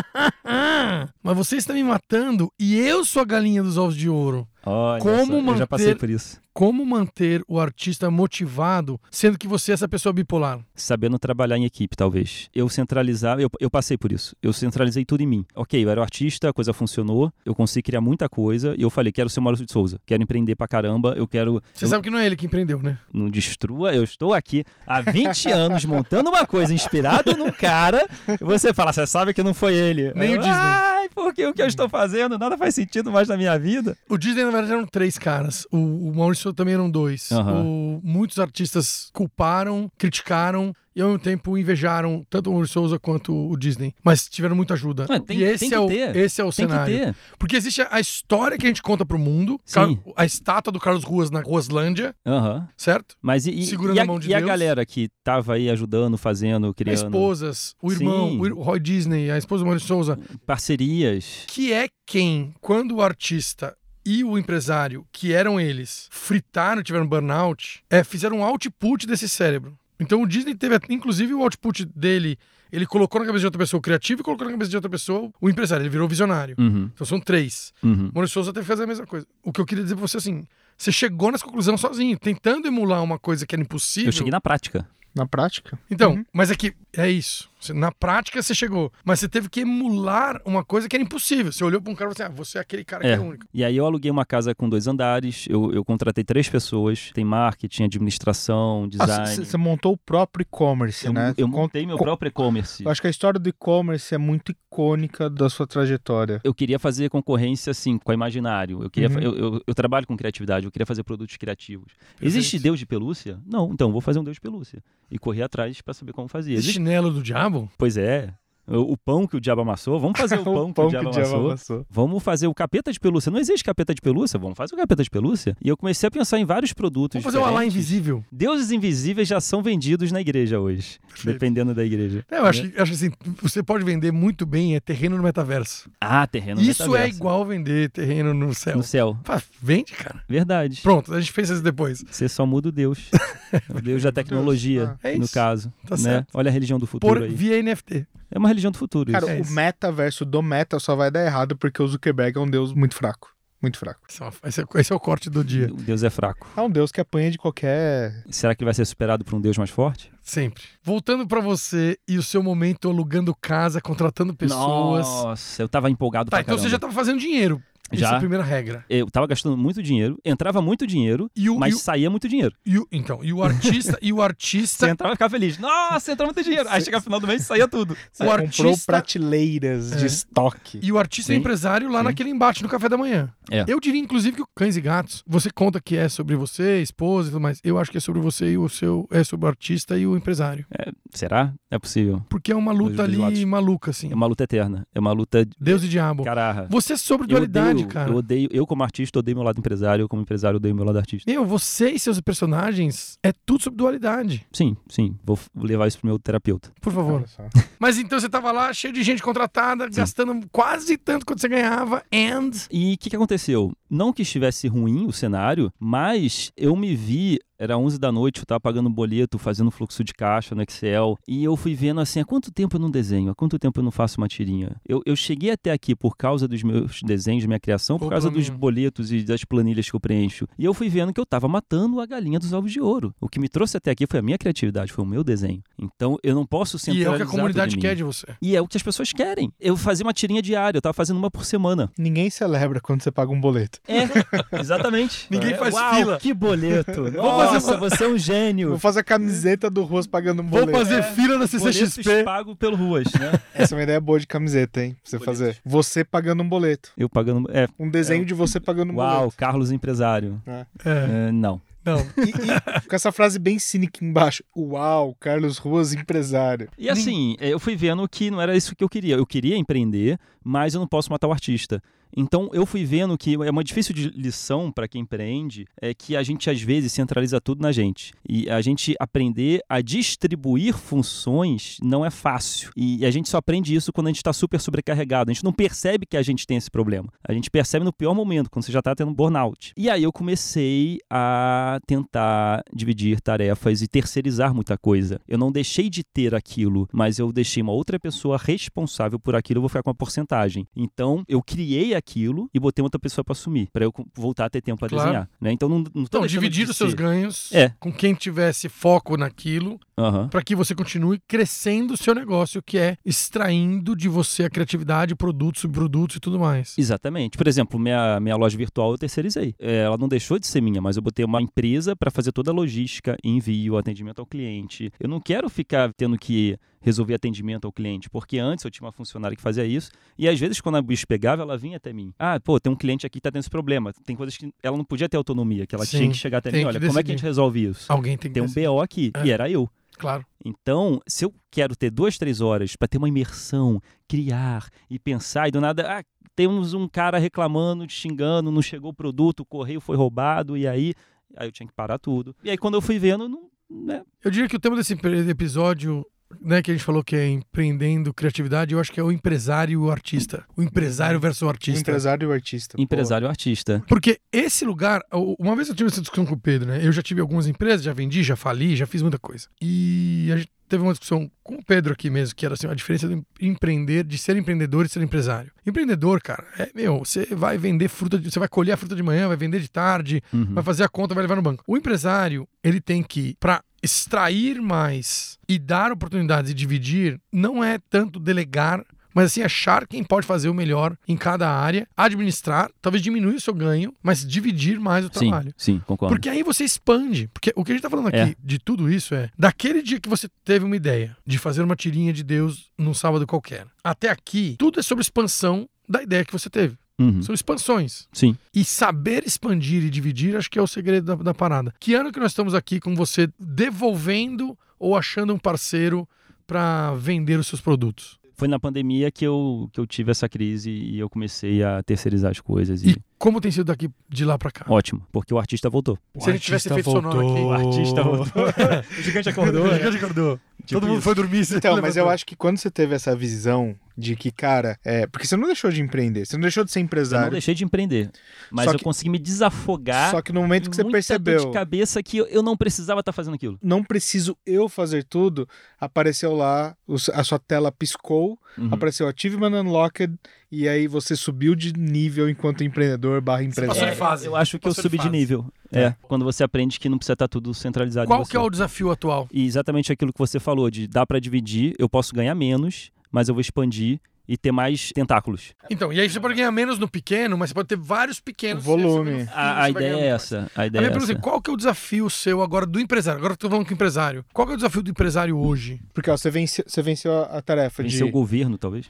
B: (laughs) mas você está me matando e eu sou a galinha dos ovos de ouro.
D: Olha
B: Como
D: só, Eu
B: manter-
D: já passei por isso.
B: Como manter o artista motivado, sendo que você é essa pessoa bipolar?
D: Sabendo trabalhar em equipe, talvez. Eu centralizava, eu, eu passei por isso. Eu centralizei tudo em mim. Ok, eu era o artista, a coisa funcionou, eu consegui criar muita coisa e eu falei: quero ser o Maurício de Souza, quero empreender pra caramba, eu quero.
B: Você
D: eu-
B: sabe que não é ele que empreendeu, né?
D: Não destrua, eu estou aqui há 20 (laughs) anos montando uma coisa inspirada num cara. E você fala, você sabe que não foi ele.
B: Nem
D: Aí
B: o
D: eu,
B: Disney.
D: Ai, porque o que eu estou fazendo nada faz sentido mais na minha vida.
B: O Disney, na verdade, eram três caras. O, o Maurício também eram dois.
D: Aham.
B: O- muitos artistas culparam, criticaram e, ao mesmo tempo, invejaram tanto o Maurício Souza quanto o Disney. Mas tiveram muita ajuda.
D: Ué, tem-
B: e esse
D: tem que
B: é o,
D: ter.
B: Esse é o
D: Tem que
B: cenário.
D: ter.
B: Porque existe a- a história que a gente conta pro mundo,
D: Sim.
B: Car- a estátua do Carlos Ruas na Ruaslândia,
D: Aham.
B: certo?
D: Mas e, e-
B: Segurando
D: e a,
B: a mão de
D: e a
B: Deus.
D: galera que tava aí ajudando, fazendo,
C: É
B: As
D: criando
B: esposas, o irmão,
D: Sim.
B: o ir- o Roy Disney, a esposa do Maurício Souza,
D: parcerias?
B: que é quem, quando o artista e o empresário, que eram eles, fritaram, tiveram burnout, é, fizeram um output desse cérebro. Então o Disney teve, até- inclusive, o output dele, ele colocou na cabeça de outra pessoa o criativo e colocou na cabeça de outra pessoa o empresário, ele virou visionário.
D: Uhum,
B: Então são três.
D: uhum.
B: Maurício Souza teve que fazer a mesma coisa. O que eu queria dizer pra você assim, você chegou nessa conclusão sozinho, tentando emular uma coisa que era impossível.
D: Eu cheguei na prática.
C: Na prática?
B: Então,
C: Uhum.
B: mas é que é isso. Você- Na prática você chegou, mas você teve que emular uma coisa que era impossível. Você olhou pra um cara e falou assim: ah, você é aquele cara que
D: É.
B: é único.
D: E aí eu aluguei uma casa com dois andares, eu, eu contratei três pessoas, tem marketing, administração,
C: Ah,
D: design.
C: c- c- Você montou o próprio e-commerce,
D: eu,
C: né?
D: eu
C: Con-
D: montei meu
C: co-
D: próprio e-commerce.
C: Eu acho que a história do e-commerce é muito icônica da sua trajetória.
D: Eu queria fazer concorrência, assim, com a Imaginário. Eu, queria,
C: Uhum.
D: eu, eu- eu trabalho com criatividade, eu queria fazer produtos criativos. Existe
B: Perfeito.
D: Deus de pelúcia? Não, então vou fazer um Deus de pelúcia. E correr atrás pra saber como fazer.
B: Esse
D: Existe
B: chinelo do diabo?
D: Pois é. O, o pão que o diabo amassou. Vamos
B: (laughs)
C: (laughs)
D: fazer o, pão, que o diabo amassou.
C: amassou.
D: Vamos fazer o capeta de pelúcia. Não existe capeta de pelúcia? Vamos fazer o capeta de pelúcia. E eu comecei a pensar em vários produtos.
B: Vamos fazer o Alá
D: diferentes.
B: Invisível.
D: Deuses invisíveis já são vendidos na igreja hoje.
B: Perfeito.
D: Dependendo da igreja.
B: É, eu acho, que- acho assim, você pode vender muito bem é terreno no metaverso.
D: Ah, terreno
B: Isso é
D: metaverso.
B: igual vender terreno no céu.
D: No céu.
B: Pá, vende, cara.
D: Verdade.
B: Pronto, a gente fez isso depois.
D: Você só muda
B: (laughs)
D: o Deus. o Deus da tecnologia,
B: Ah, é
D: no
B: isso.
D: caso.
B: Tá
D: né?
B: certo.
D: Olha a religião do futuro
B: Por
D: aí.
B: via NFT.
D: É uma religião do futuro.
C: Cara,
D: isso.
B: É
C: o
B: isso.
C: metaverso do meta só vai dar errado porque o Zuckerberg é um deus muito fraco. Muito fraco.
B: Esse é uma- Esse é, esse é o corte do dia.
D: O Deus é fraco.
C: É um deus que apanha de qualquer.
D: Será que ele vai ser superado por um Deus mais forte?
B: Sempre. Voltando pra você e o seu momento alugando casa, contratando pessoas.
D: Nossa, eu tava empolgado
B: Tá,
D: pra
B: então você já tava
D: caramba.
B: fazendo dinheiro. Isso é a
D: Já.
B: primeira regra.
D: Eu tava gastando muito dinheiro, entrava muito dinheiro,
B: E o,
D: mas
B: e o-
D: saía muito dinheiro.
B: e o- então, e o artista, e o
D: Você
B: artista,
D: entrava e ficava feliz. Nossa, entrava muito dinheiro. Aí chegava no final do mês saía tudo.
B: o
C: é, comprou
B: artista
C: prateleiras de
B: É.
C: estoque.
B: E o artista e o
D: Sim,
B: empresário lá
D: sim.
B: naquele embate no café da manhã.
D: É.
B: Eu diria, inclusive, que o Cães e Gatos, você conta que é sobre você, esposa e tudo mais. Eu acho que é sobre você e o seu. É sobre o artista e o empresário.
D: Será? É possível.
B: Porque é uma
D: Dos
B: luta
D: dois
B: ali
D: lados.
B: maluca, assim.
D: É uma luta eterna. É uma luta de
B: Deus e diabo.
D: cararra.
B: Você é sobre
D: Eu
B: dualidade,
D: odeio-
B: cara.
D: Eu odeio, eu como artista odeio meu lado empresário, eu como empresário odeio meu lado artista.
B: Meu, você e seus personagens é tudo sobre dualidade.
D: Sim, sim, vou f- levar isso pro meu terapeuta.
B: Por favor.
C: Olha só.
B: Mas então você tava lá cheio de gente contratada, gastando quase tanto quanto você ganhava. And.
D: E o que, que aconteceu? Não que estivesse ruim o cenário, mas eu me vi, era 11 da noite, eu tava pagando boleto, fazendo fluxo de caixa no Excel, e eu fui vendo assim, há quanto tempo eu não desenho? Há quanto tempo eu não faço uma tirinha? Eu, eu cheguei até aqui por causa dos meus desenhos, minha criação, por
B: Ou
D: causa
B: pelo
D: dos
B: menos.
D: boletos e das planilhas que eu preencho. E eu fui vendo que eu tava matando a galinha dos ovos de ouro. O que me trouxe até aqui foi a minha criatividade, foi o meu desenho. Então eu não posso
B: E é
D: centralizar
B: o que a
D: tudo em
B: comunidade
D: mim.
B: quer de você.
D: E é o que as pessoas querem. Eu fazia uma tirinha diária, eu tava fazendo uma por semana.
C: Ninguém celebra quando você paga um boleto.
D: É, exatamente.
B: (laughs) Ninguém
D: É,
B: faz
D: Uau,
B: fila.
D: que boleto.
B: (laughs) Vamos
D: Nossa, você é um
C: Vou
D: gênio.
C: fazer a camiseta do Ruas pagando um
B: Vou
C: boleto.
B: fazer fila na
D: Boletos
B: CCXP.
D: pago pelo Ruas, né?
C: Essa é uma ideia boa de camiseta, hein? Pra você
D: Boleto.
C: fazer. Você pagando um boleto.
D: Eu pagando... É,
C: Um desenho
D: É.
C: de você pagando um
D: uau,
C: boleto.
D: Carlos empresário.
B: É.
D: É, não.
B: Não,
C: E, e com essa frase bem cínica embaixo. Uau, Carlos Ruas empresário. Um
D: E assim, eu fui vendo que não era isso que eu queria. Eu queria empreender, mas eu não posso matar o artista. Então eu fui vendo que é uma difícil de lição para quem empreende é que a gente às vezes centraliza tudo na gente. E a gente aprender a distribuir funções não é fácil. E a gente só aprende isso quando a gente está super sobrecarregado. A gente não percebe que a gente tem esse problema. A gente percebe no pior momento, quando você já está tendo burnout. E aí eu comecei a tentar dividir tarefas e terceirizar muita coisa. Eu não deixei de ter aquilo, mas eu deixei uma outra pessoa responsável por aquilo, eu vou ficar com uma porcentagem. Então, eu criei aquilo e botei outra pessoa para assumir, para eu co- voltar a ter tempo para
B: Claro.
D: desenhar. né? Então, não, não tô
B: Então,
D: deixando
B: dividir
D: de
B: os seus
D: ser.
B: ganhos
D: É.
B: com quem tivesse foco naquilo,
D: Aham.
B: para que você continue crescendo o seu negócio, que é extraindo de você a criatividade, produtos, subprodutos e tudo mais.
D: Exatamente. Por exemplo, minha, minha loja virtual eu terceirizei. É, Ela não deixou de ser minha, mas eu botei uma empresa para fazer toda a logística, envio, atendimento ao cliente. Eu não quero ficar tendo que resolver atendimento ao cliente, porque antes eu tinha uma funcionária que fazia isso, e às vezes quando a bicho pegava, ela vinha até mim. Ah, pô, tem um cliente aqui que tá tendo esse problema. Tem coisas que ela não podia ter autonomia, que ela
B: Sim,
D: tinha que chegar até
B: tem
D: mim.
B: que
D: Olha, como é que
B: decidir.
D: a gente resolve isso?
B: Alguém tem que
D: Tem um
B: decidir,
D: BO aqui,
B: É.
D: e era eu.
B: claro.
D: Então, se eu quero ter duas, três horas para ter uma imersão, criar e pensar, e do nada, ah, temos um cara reclamando, te xingando, não chegou o produto, o correio foi roubado, e aí, aí eu tinha que parar tudo. E aí, quando eu fui vendo, não, né?
B: Eu diria que o tema desse empre- episódio, né, que a gente falou que é empreendendo criatividade, eu acho que é o empresário e o artista. O empresário versus o
C: O
B: artista.
C: empresário e o artista.
D: empresário artista.
B: Porque esse lugar, u- uma vez eu tive essa discussão com o Pedro, né? Eu já tive algumas empresas, já vendi, já fali, já fiz muita coisa. E a gente teve uma discussão com o Pedro aqui mesmo, que era assim, a diferença de empreender, de ser empreendedor e ser empresário. Empreendedor, cara, é meu, você vai vender fruta, de- você vai colher a fruta de manhã, vai vender de tarde,
D: Uhum.
B: vai fazer a conta, vai levar no banco. O empresário, ele tem que, para extrair mais e dar oportunidades e dividir, não é tanto delegar, mas assim, achar quem pode fazer o melhor em cada área, administrar, talvez diminuir o seu ganho, mas dividir mais o
D: Sim,
B: trabalho.
D: sim, concordo.
B: Porque aí você expande. Porque o que a gente tá falando aqui
D: É.
B: de tudo isso é daquele dia que você teve uma ideia de fazer uma tirinha de Deus num sábado qualquer. Até aqui, tudo é sobre expansão da ideia que você teve.
D: Uhum.
B: São expansões.
D: Sim.
B: E saber expandir e dividir, acho que é o segredo da, da parada. Que ano que nós estamos aqui com você devolvendo ou achando um parceiro para vender os seus produtos?
D: Foi na pandemia que eu, que eu tive essa crise e eu comecei a terceirizar as coisas.
B: E
D: E...
B: como tem sido daqui de lá para cá?
D: Ótimo, porque o artista voltou.
B: Se ele tivesse feito sonoro
D: O
B: aqui.
D: artista voltou. (laughs) o gigante acordou. né? Tipo isso.
B: foi dormir. você
C: Então, mas eu
D: (laughs)
B: levantou.
C: acho que quando você teve essa visão de que, cara, é. Porque você não deixou de empreender, você não deixou de ser
D: Eu não
C: empresário.
D: deixei de empreender, mas
C: Só
D: eu
C: que-
D: consegui me desafogar.
C: Só que no momento que você
D: muita dor
C: percebeu,
D: de cabeça que eu- eu não precisava estar fazendo aquilo.
C: não preciso eu fazer tudo, apareceu lá, o s- a sua tela piscou,
D: Uhum.
C: apareceu Achievement Unlocked, e aí você subiu de nível enquanto empreendedor barra
B: Passou
C: empresário.
B: de fase.
D: é, Eu acho que eu
B: Passou de
D: subi de,
B: fase.
D: nível. É. Quando você aprende que não precisa estar tudo centralizado. em
B: Qual
D: você.
B: que é o desafio atual?
D: E exatamente aquilo que você falou, de dá pra dividir, eu posso ganhar menos, mas eu vou expandir e ter mais tentáculos.
B: Então, e aí você pode ganhar menos no pequeno, mas você pode ter vários pequenos.
C: O volume.
B: e aí você Ah, vai
D: A, a
B: ganhar
D: ideia é
B: muito mais.
D: essa. A
B: A
D: ideia
B: minha
D: é
B: pergunta é,
D: essa.
B: qual que é o desafio seu agora do empresário? Agora que eu tô falando com o empresário. Qual que é o desafio do empresário hoje?
C: Porque ó, você, venceu, você venceu a a
B: é
C: tarefa
D: Em
C: de.
D: seu governo,
C: (laughs)
D: talvez.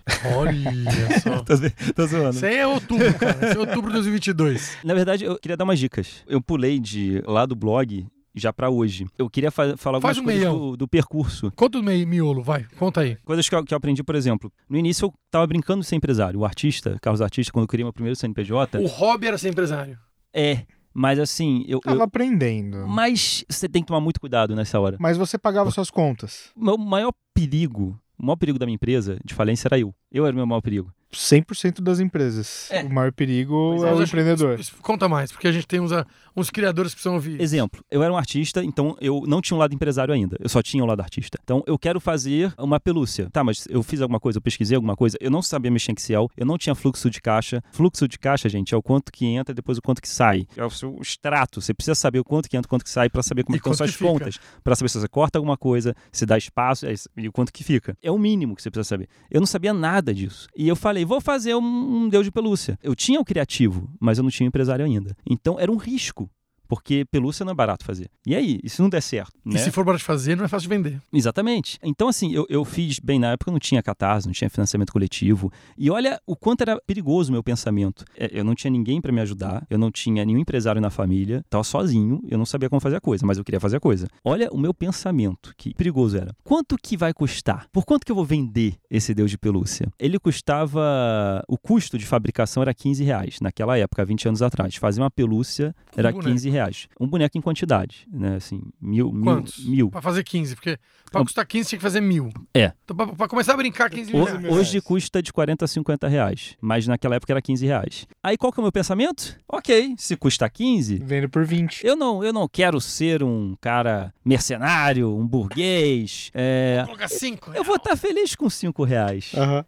B: Olha
D: (laughs)
B: só.
D: Tô, tô zoando.
B: Isso aí é outubro, cara. Isso é outubro de 2022.
D: Na verdade, eu queria dar umas dicas. Eu pulei de lá do blog já pra hoje. Eu queria fa- falar algumas
B: Faz um
D: coisas
B: meião.
D: do, do percurso.
B: Conta o mei- miolo, vai. Conta aí.
D: Coisas que eu, que eu aprendi, por exemplo. No início eu tava brincando de ser empresário. O artista, Carlos Artista, quando eu criei meu primeiro CNPJ,
B: O hobby era ser empresário.
D: é. Mas assim, eu. eu-
C: Tava aprendendo.
D: mas você tem que tomar muito cuidado nessa hora.
C: Mas você pagava suas contas.
D: O meu maior perigo, o maior perigo da minha empresa de falência era eu. Eu era o meu maior perigo.
C: 100% das empresas.
D: É.
C: O maior perigo
B: Pois é,
C: é,
B: mas
C: o
B: acho que
C: empreendedor.
B: Isso- conta mais, porque a gente tem uns, ah, uns criadores que precisam ouvir.
D: Exemplo, eu era um artista, então eu não tinha um lado empresário ainda. Eu só tinha o lado artista. Então eu quero fazer uma pelúcia. Tá, mas eu fiz alguma coisa, eu pesquisei alguma coisa, eu não sabia mexer em Excel, eu não tinha fluxo de caixa. Fluxo de caixa, gente, é o quanto que entra e depois o quanto que sai. É o seu extrato. Você precisa saber o quanto que entra, o quanto que sai pra saber como
B: E
D: é que estão
B: quanto
D: suas
B: que fica.
D: contas, Pra saber se você corta alguma coisa, se dá espaço é isso, e o quanto que fica. É o mínimo que você precisa saber. Eu não sabia nada disso. E eu falei, vou fazer um, um deus de pelúcia. Eu tinha o criativo, mas eu não tinha o empresário ainda. Então era um risco. Porque pelúcia não é barato fazer. E aí, e se não der certo?
B: E
D: Né?
B: se for para te fazer, não é fácil de vender.
D: Exatamente. Então, assim, eu, eu fiz bem na época, eu não tinha catarse, não tinha financiamento coletivo. E olha o quanto era perigoso o meu pensamento. É, Eu não tinha ninguém para me ajudar, eu não tinha nenhum empresário na família, estava sozinho, eu não sabia como fazer a coisa, mas eu queria fazer a coisa. Olha o meu pensamento, que perigoso era. Quanto que vai custar? Por quanto que eu vou vender esse Deus de pelúcia? Ele custava. O custo de fabricação era 15 reais naquela época, 20 anos atrás. Fazer uma pelúcia
B: Com
D: era
B: boneco.
D: 15 reais. Um boneco em quantidade, né? Assim, mil. mil-
B: Quantos?
D: Mil.
B: Pra fazer 15, porque pra
D: Não.
B: custar 15 tinha que fazer mil.
D: É.
B: Então, pra, pra começar a brincar, 15 mil.
D: Ho-
B: reais.
C: mil
D: hoje
C: reais.
D: custa de 40 a 50 reais, mas naquela época era 15 reais. Aí qual que é o meu pensamento? Ok, se custa 15,
C: Vendo por 20.
D: eu não, eu não quero ser um cara mercenário, um burguês. é,
B: Coloca 5.
D: eu vou estar feliz com 5 reais
C: Aham.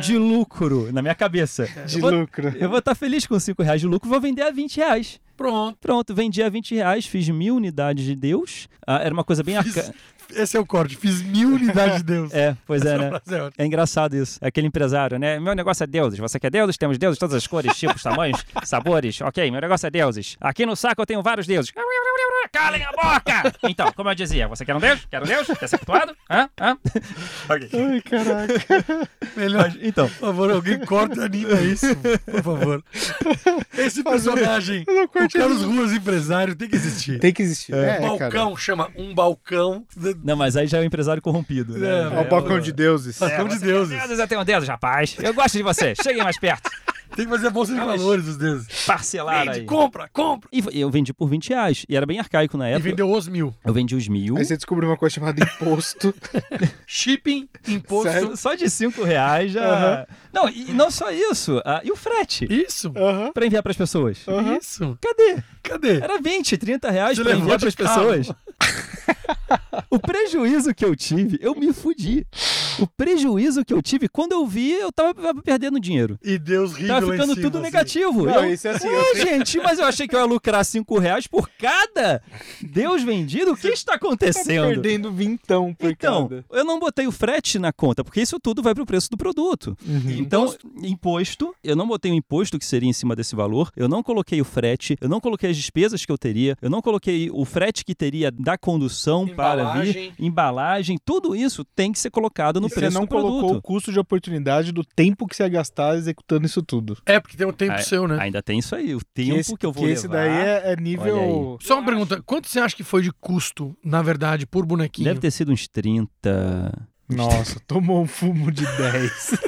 D: de, de lucro na minha cabeça.
C: (laughs) De
D: eu vou,
C: lucro.
D: eu vou estar feliz com 5 reais de lucro, vou vender a 20 reais.
B: Pronto.
D: Pronto, vendi a 20 reais, fiz mil unidades de Deus. Ah, era uma coisa bem
B: Fiz-
D: arca...
B: Esse é o corte. Fiz mil unidades de Deus.
D: É, pois (laughs) é,
B: Essa
C: (laughs)
D: né?
B: frase é ótima.
D: É engraçado isso. É Aquele empresário, né? Meu negócio é deuses. Você quer deuses? Temos deuses, de todas as cores, tipos, (laughs) tamanhos, sabores. Ok, meu negócio é deuses. Aqui no saco eu tenho vários deuses. Calem a boca! Então, como eu dizia, você quer um deus? Quer um deus? Deceptuado? Hã? Hã?
C: Ai, (laughs) caraca.
B: Melhor.
D: Então,
B: Por favor, alguém corta e anima isso, por
D: (laughs)
B: favor. Esse personagem,
C: Eu não
B: o
C: curti
B: Carlos
C: isso.
B: Ruas empresário, tem que existir.
C: Tem que existir. É,
B: um
C: cara.
B: balcão, chama um balcão.
D: não, mas aí já né, é o empresário corrompido. Né?
B: É,
C: É o balcão de deuses.
B: Balcão de
D: você
B: deuses.
D: quer é um Deuses, eu tenho deuses, rapaz. Eu gosto de você. Cheguem mais perto.
B: Tem que fazer a bolsa de valores dos deuses.
D: Parcelar
B: Vende,
D: aí.
B: compra, compra.
D: E eu vendi por 20 reais. E era bem arcaico na
B: E
D: época.
B: vendeu os mil.
D: Eu vendi os mil.
C: Aí você descobriu uma coisa chamada imposto.
B: Shipping, imposto.
C: Sério?
D: Só de 5 reais já. Não, e e não só isso. ah, e o frete?
B: Isso,
C: (laughs) Aham.
D: Pra enviar pras pessoas.
C: Aham.
B: isso.
D: Cadê?
B: Cadê?
D: Era 20, 30 reais
B: Você
D: pra
B: levou
D: enviar
B: de
D: pras
B: carro.
D: pessoas. (laughs) o prejuízo que eu tive, eu me fudi. O prejuízo que eu tive, quando eu vi, eu tava perdendo dinheiro.
B: E Deus rindo
D: Tava
B: lá em
D: ficando
B: cima,
D: tudo
B: assim.
D: negativo.
C: Não,
D: eu...
C: isso é assim,
D: Ué,
C: eu sei.
D: gente, mas eu achei que eu ia lucrar 5 reais por cada Deus vendido. O que está acontecendo?
C: (laughs) Perdendo vintão por
D: Então,
C: cada.
D: eu não botei o frete na conta, porque isso tudo vai pro preço do produto.
C: Uhum.
D: Então, imposto, eu não botei o imposto que seria em cima desse valor, eu não coloquei o frete, eu não coloquei as despesas que eu teria, eu não coloquei o frete que teria da condução para vir,
B: Embalagem.
D: embalagem, tudo isso tem que ser colocado no
C: E você
D: preço
C: não
D: do produto.
C: colocou o custo de oportunidade do tempo que você ia gastar executando isso tudo.
B: É, porque tem um tempo
D: Ai,
B: seu, né?
D: Ainda tem isso aí, o tempo que, eu vou levar.
C: esse daí é, é nível.
B: Só uma pergunta, quanto você acha que foi de custo, na verdade, por bonequinho?
D: Deve ter sido uns 30.
C: Nossa, tomou um fumo de (laughs) 10.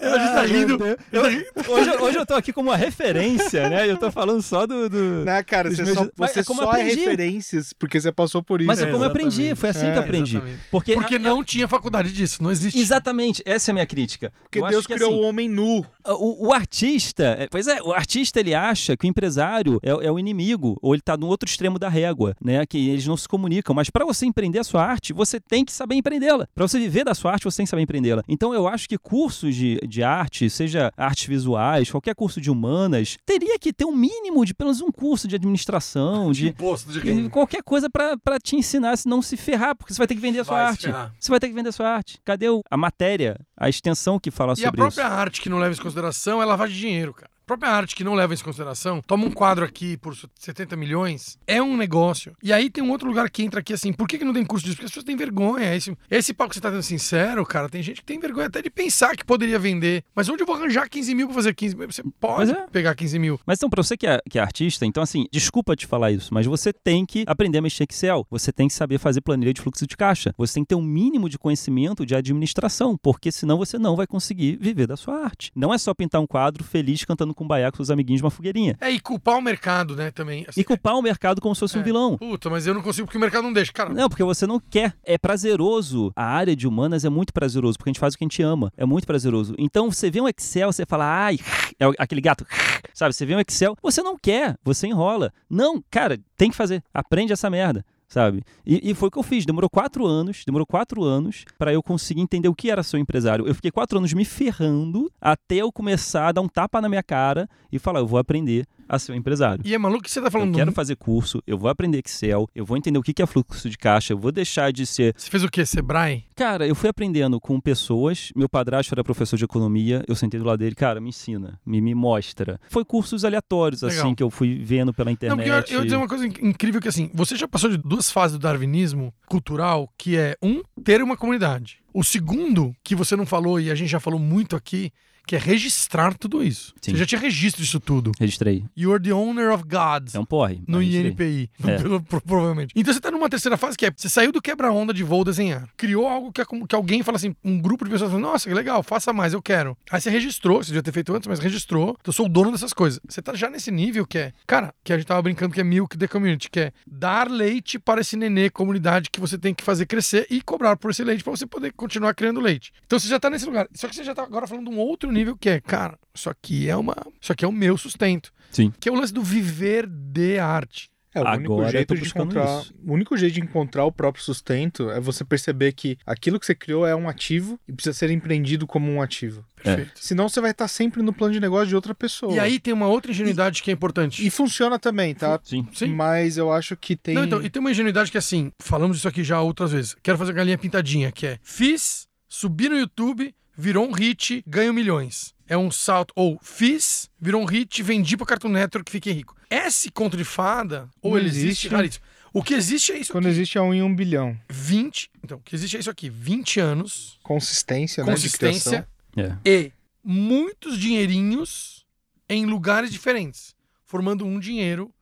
C: É,
B: A gente tá rindo.
D: É, Hoje, Ah, eu- hoje eu tô aqui como uma referência, né? Eu tô falando só do. do-
C: Né, cara,
D: Os
C: você
D: meus-
C: só,
D: Mas é
C: você
D: como
C: só é
D: aprendi.
C: referências porque você passou por isso.
D: Mas é
B: É,
D: como eu aprendi,
B: exatamente.
D: foi assim que
C: É,
D: eu aprendi.
B: exatamente. Porque não tinha faculdade disso, não existe.
D: Exatamente, essa é a minha crítica.
C: Porque
D: Eu acho
C: Deus
D: que,
C: criou
D: assim,
C: o homem nu.
D: o, o artista, é, pois é, o artista ele acha que o empresário é, é o inimigo, ou ele tá no outro extremo da régua, né? Que eles não se comunicam. Mas para você empreender a sua arte, você tem que saber empreendê-la. Para você viver da sua arte, você tem que saber empreendê-la. Então eu acho que cursos de, de arte, arte, seja artes visuais, qualquer curso de humanas, teria que ter um mínimo de pelo menos um curso de administração, de
E: Imposto de
D: e qualquer coisa pra pra te ensinar, se não se ferrar, porque você vai ter que vender a sua
E: Vai se
D: arte.
E: ferrar.
D: Você vai ter que vender a sua arte. Cadê o- a matéria, a extensão que
B: E
D: fala
B: a
D: sobre
B: própria
D: isso?
B: arte que não leva isso em consideração é lavagem de dinheiro, cara. A própria arte que não leva isso em consideração, toma um quadro aqui por 70 milhões, é um negócio. E aí tem um outro lugar que entra aqui assim, por que, que não tem curso disso? Porque as pessoas têm vergonha. Esse, esse papo que você tá tendo sincero, cara, tem gente que tem vergonha até de pensar que poderia vender. Mas onde eu vou arranjar 15 mil pra fazer 15 mil? Você pode
D: Pois é.
B: pegar 15 mil.
D: Mas então, pra você que é, que é artista, então assim, desculpa te falar isso, mas você tem que aprender a mexer em Excel, você tem que saber fazer planilha de fluxo de caixa, você tem que ter um mínimo de conhecimento de administração, porque senão você não vai conseguir viver da sua arte. Não é só pintar um quadro feliz cantando com baiá com seus amiguinhos numa fogueirinha.
B: É, e culpar o mercado, né, também. Assim,
D: E culpar o mercado como se fosse
B: É.
D: um vilão.
B: Puta, mas eu não consigo porque o mercado não deixa. Cara,
D: Não, porque você não quer. É prazeroso. A área de humanas é muito prazeroso, porque a gente faz o que a gente ama. É muito prazeroso. Então, você vê um Excel, você fala, ai, é o- aquele gato, sabe? Você vê um Excel, você não quer, você enrola. Não, cara, tem que fazer. Aprende essa merda. Sabe? E, e foi o que eu fiz. Demorou quatro anos, demorou quatro anos pra eu conseguir entender o que era ser um empresário. Eu fiquei quatro anos me ferrando até eu começar a dar um tapa na minha cara e falar: eu vou aprender a ser um empresário.
B: e é maluco que você tá
D: Eu
B: falando.
D: quero fazer curso, eu vou aprender Excel, eu vou entender o que que é fluxo de caixa, eu vou deixar de ser.
B: Você fez o quê? Sebrae?
D: Cara, eu fui aprendendo com pessoas. Meu padrasto era professor de economia, eu sentei do lado dele, cara, me ensina, me, me mostra. Foi cursos aleatórios,
B: Legal.
D: assim, que eu fui vendo pela
B: Não, porque eu, um
D: internet.
B: eu ia dizer uma coisa inc- incrível que assim, você já passou de duas fases do darwinismo cultural, que é um, ter uma comunidade. O segundo, que você não falou e a gente já falou muito aqui, que é registrar tudo isso.
D: Sim.
B: Você já tinha registro disso tudo.
D: Registrei.
B: You're the owner of God.
D: É um porre. mas
B: No
D: registrei.
B: INPI,
D: É.
B: (laughs) pelo- pro- provavelmente. Então você tá numa terceira fase que é, você saiu do quebra-onda de vou desenhar. Criou algo que, é como- que alguém fala assim, um grupo de pessoas fala, nossa, que legal, faça mais, eu quero. Aí você registrou, você devia ter feito antes, mas registrou. Então eu sou o dono dessas coisas. Você tá já nesse nível que é, cara, que a gente tava brincando que é milk the community, que é dar leite para esse nenê comunidade que você tem que fazer crescer e cobrar por esse leite pra você poder continuar criando leite. Então você já tá nesse lugar. Só que você já tá agora falando de um outro nível que é, cara, isso aqui é uma, isso aqui é o meu sustento.
D: Sim.
B: Que é o lance do viver de arte.
C: É, o
D: Agora
C: único
D: eu tô
C: jeito de
D: buscando
C: encontrar,
D: isso.
C: o único jeito de encontrar o próprio sustento é você perceber que aquilo que você criou é um ativo e precisa ser empreendido como um ativo.
B: Perfeito.
C: Senão você vai estar sempre no plano de negócio de outra pessoa.
B: E aí tem uma outra ingenuidade que é importante.
C: E funciona também, tá?
D: Sim.
B: Sim.
C: Mas eu acho que tem
B: Não, então, e tem uma ingenuidade que assim, falamos isso aqui já outras vezes. Quero fazer a galinha pintadinha, que é fiz, subi no YouTube, virou um hit, ganho milhões. É um salto. Ou fiz, virou um hit, vendi pra Cartoon Network, fiquei rico. Esse conto de fada, ou
C: Não
B: ele existe,
C: existe.
B: raríssimo. O que existe é isso
C: quando
B: aqui.
C: existe é um em um bilhão.
B: 20. Então, o que existe é isso aqui. 20 anos,
C: Consistência, né?
B: consistência
C: De criação.
D: É.
B: e muitos dinheirinhos em lugares diferentes, formando um dinheiro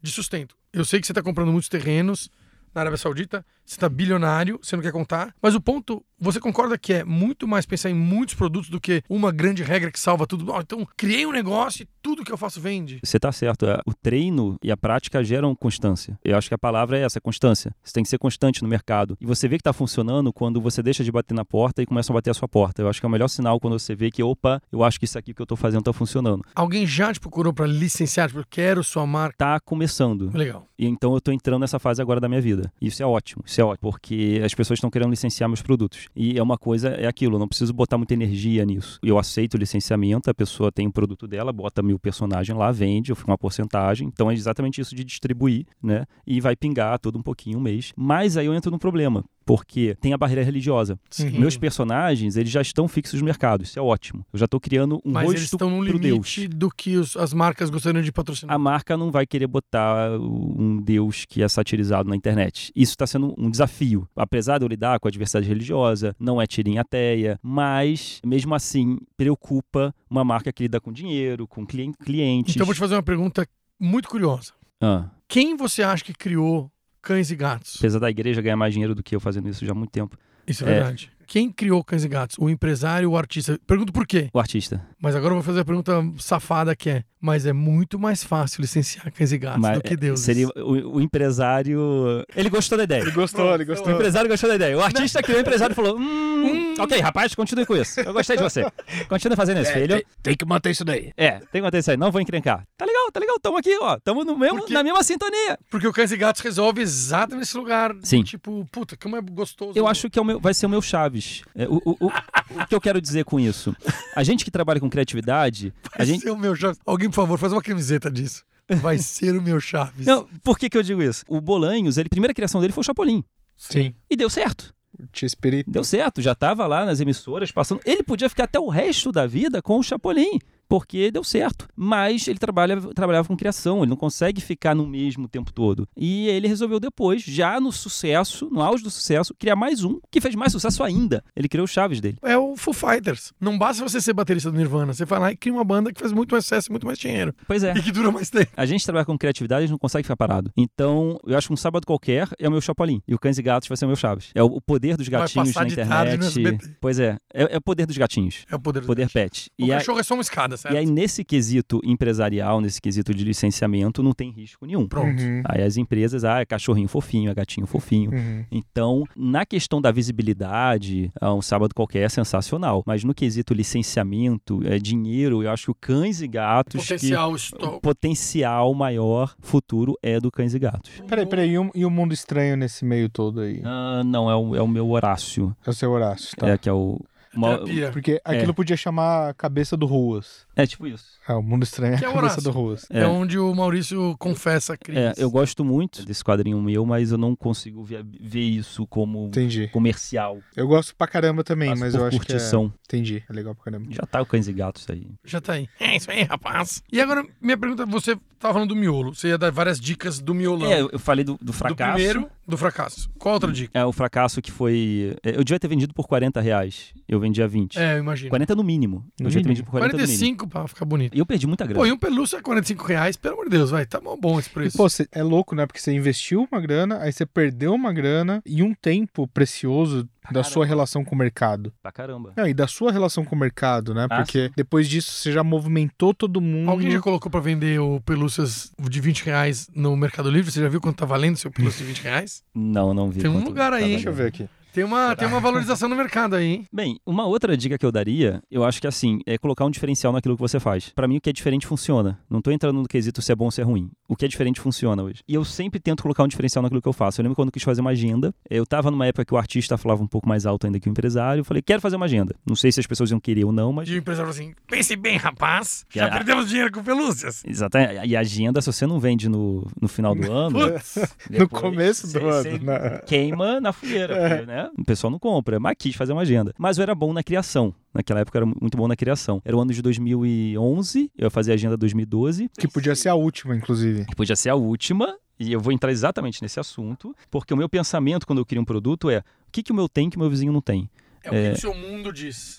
B: de sustento. Eu sei que você está comprando muitos terrenos na Arábia Saudita, você está bilionário, você não quer contar, mas o ponto, você concorda que é muito mais pensar em muitos produtos do que uma grande regra que salva tudo? Ó, então, criei um negócio e tudo que eu faço vende.
D: Você tá certo. é, O treino e a prática geram constância. Eu acho que a palavra é essa, constância. Você tem que ser constante no mercado. E você vê que tá funcionando quando você deixa de bater na porta e começa a bater a sua porta. Eu acho que é o melhor sinal quando você vê que, opa, eu acho que isso aqui que eu tô fazendo tá funcionando.
B: Alguém já te procurou para licenciar, tipo, eu quero sua marca.
D: Tá começando.
B: Legal.
D: E então eu tô entrando nessa fase agora da minha vida. Isso é ótimo, isso é ótimo, porque as pessoas estão querendo licenciar meus produtos. E é uma coisa, é aquilo, eu não preciso botar muita energia nisso. Eu aceito o licenciamento, a pessoa tem o produto dela, bota meu personagem lá, vende, eu fico uma porcentagem. Então é exatamente isso de distribuir, né? E vai pingar todo um pouquinho um mês. Mas aí eu entro num problema, porque tem a barreira religiosa.
B: Sim.
D: Meus personagens, eles já estão fixos no mercado, isso é ótimo. Eu já tô criando um
B: Mas eles
D: rosto
B: estão no
D: pro Deus Ah,
B: limite do que os- as marcas gostariam de patrocinar.
D: a marca não vai querer botar um deus que é satirizado na internet. Isso está sendo um desafio. Apesar de eu lidar com a diversidade religiosa, não é tirinha ateia, mas mesmo assim preocupa uma marca que lida com dinheiro, com clien- clientes.
B: Então, eu vou te fazer uma pergunta muito curiosa.
D: Ah,
B: Quem você acha que criou cães e gatos?
D: apesar da igreja ganhar mais dinheiro do que eu fazendo isso já há muito tempo.
B: Isso é
D: É.
B: verdade. Quem criou cães e gatos? O empresário ou o artista? Pergunto por quê.
D: O artista.
B: Mas agora eu vou fazer a pergunta safada que é: mas é muito mais fácil licenciar cães e gatos
D: Mas,
B: Ah, do que Deus.
D: Seria o, o empresário. Ele gostou da ideia.
C: Ele gostou, ele
D: O
C: gostou.
D: empresário gostou da ideia. O artista criou o empresário e falou: hum, ok, rapaz, continue com isso. Eu gostei de você. Continue fazendo
B: É,
D: isso, filho.
C: Tem que manter isso daí.
D: É, tem que manter isso aí, não vou encrencar. Tá legal, tá legal, tamo aqui, ó, tamo no mesmo,
B: Porque-
D: na mesma sintonia.
B: Porque o cães e gatos resolve exatamente esse lugar.
D: Sim.
B: Tipo, puta, como é gostoso.
D: Eu acho que é o meu- vai ser o meu Chaves. criadores. É, o, o- o- o que eu quero dizer com isso? A gente que trabalha com criatividade, a
B: Vai
D: gente.
B: ser é o meu Chaves. Alguém, por favor, faz uma camiseta disso. Vai ser o meu Chaves.
D: Não, por que, que eu digo isso? O Bolanhos, ele, a primeira criação dele foi o Chapolin.
B: Sim.
D: E deu certo.
C: Tia Espírito.
D: Deu certo, já estava lá nas emissoras passando. Ele podia ficar até o resto da vida com o Chapolin, porque deu certo. Mas ele trabalha, trabalhava com criação, ele não consegue ficar no mesmo tempo todo. E ele resolveu depois, já no sucesso, no auge do sucesso, criar mais um que fez mais sucesso ainda. Ele criou o Chaves dele.
B: É o Foo Fighters. Não basta você ser baterista do Nirvana. Você vai lá e cria uma banda que faz muito mais sucesso e muito mais dinheiro.
D: Pois é.
B: E que dura mais tempo.
D: A gente trabalha com criatividade, a gente não consegue ficar parado. Então, eu acho que um sábado qualquer é o meu Chapolin. E o Cães e Gatos vai ser o meu Chaves. É o- o poder dos
B: Vai
D: gatinhos
B: passar
D: na
B: de
D: internet.
B: tarde né? no SBT.
D: pois é, é, é o poder dos gatinhos.
B: É o poder do
D: Poder pet.
B: O
D: E a-
B: cachorro é só uma escada, certo?
D: E aí, nesse quesito empresarial, nesse quesito de licenciamento, não tem risco nenhum.
B: Pronto.
C: Uhum.
D: Aí as empresas, ah, é cachorrinho fofinho, é gatinho fofinho.
C: Uhum.
D: Então, na questão da visibilidade, ah, um sábado qualquer é sensacional. Mas no quesito licenciamento, é, dinheiro, eu acho que o cães e gatos.
B: Potencial
D: Que... o
B: estoque.
D: Potencial maior futuro é do cães e gatos.
C: Peraí, peraí, e o, e o mundo estranho nesse meio todo aí?
D: Ah, não, é o, é o meu Horácio,
C: É o seu Horácio, tá?
D: é, que é o. uma-
B: Terapia.
C: Porque aquilo podia chamar Cabeça do Ruas.
D: é tipo isso.
C: É, o mundo estranho é
B: Que é
C: a
B: o
C: Cabeça
B: Horácio.
C: do Ruas.
B: É.
D: É.
B: onde o Maurício confessa a crise.
D: É, eu gosto muito desse quadrinho meu, mas eu não consigo ver, ver isso como
C: Entendi.
D: comercial.
C: Eu gosto pra caramba também,
D: Faço
C: mas
D: por
C: eu acho
D: curtição.
C: que é... Entendi, é legal pra caramba.
D: Já tá o cães e gatos aí.
B: Já tá aí. É isso aí, rapaz. E agora, minha pergunta, você tava falando do miolo. Você ia dar várias dicas do miolão.
D: É, eu falei do, do
B: do
D: fracasso.
B: primeiro, do fracasso. Qual outra dica?
D: É o fracasso que foi. é, Eu devia ter vendido por 40 reais. Eu vendi a 20.
B: É, eu imagino.
D: 40 no mínimo.
C: No
D: eu devia ter
C: mínimo.
D: vendido por 40 no mínimo.
B: 45 pra ficar bonito.
D: E eu perdi muita
B: Pô,
D: grana.
B: e um pelúcio é 45 reais, pelo amor de Deus, vai. Tá bom, bom esse
C: E,
B: preço.
C: pô, cê- é louco, né? Porque você investiu uma grana, aí você perdeu uma grana e um tempo precioso da sua
D: caramba.
C: relação com o
B: um
C: mercado.
D: Pra caramba.
C: Não, e da sua relação com o mercado, né?
D: Ah,
C: Porque depois disso você já movimentou todo mundo.
B: Alguém já colocou pra vender o pelúcias de 20 reais no Mercado Livre? Você já viu quanto tá valendo seu pelúcio de 20 reais?
D: Não, não vi.
B: Tem um
D: quanto
B: lugar aí,
D: tava
B: hein?
C: Deixa eu ver aqui.
B: Tem uma, tem uma valorização no mercado aí, hein?
D: Bem, uma outra dica que eu daria, eu acho que assim, é colocar um diferencial naquilo que você faz. Pra mim, o que é diferente funciona. Não tô entrando no quesito se é bom ou se é ruim. O que é diferente funciona hoje. E eu sempre tento colocar um diferencial naquilo que eu faço. Eu lembro quando eu quis fazer uma agenda, eu tava numa época que o artista falava um pouco mais alto ainda que o empresário. Eu falei, quero fazer uma agenda. Não sei se as pessoas iam querer ou não, mas.
B: E o empresário falou assim: pense bem, rapaz, já
D: É.
B: perdemos dinheiro com pelúcias.
D: Exatamente. E a agenda, se você não vende no, no final (laughs) do ano.
B: Putz,
C: No
D: depois
C: começo do
D: você- você
C: ano, né?
D: Queima na fogueira,
C: É.
D: porque, né? O pessoal não compra, mas quis fazer uma agenda. Mas eu era bom na criação. Naquela época eu era muito bom na criação. Era o ano de 2011, eu fazia a agenda 2012,
C: Que podia ser a última, inclusive.
B: Tá.
D: que podia ser a última, e eu vou entrar exatamente nesse assunto, porque o meu pensamento quando eu crio um produto é: o que, que o meu tem que o meu vizinho não tem?
B: é o que o seu mundo diz.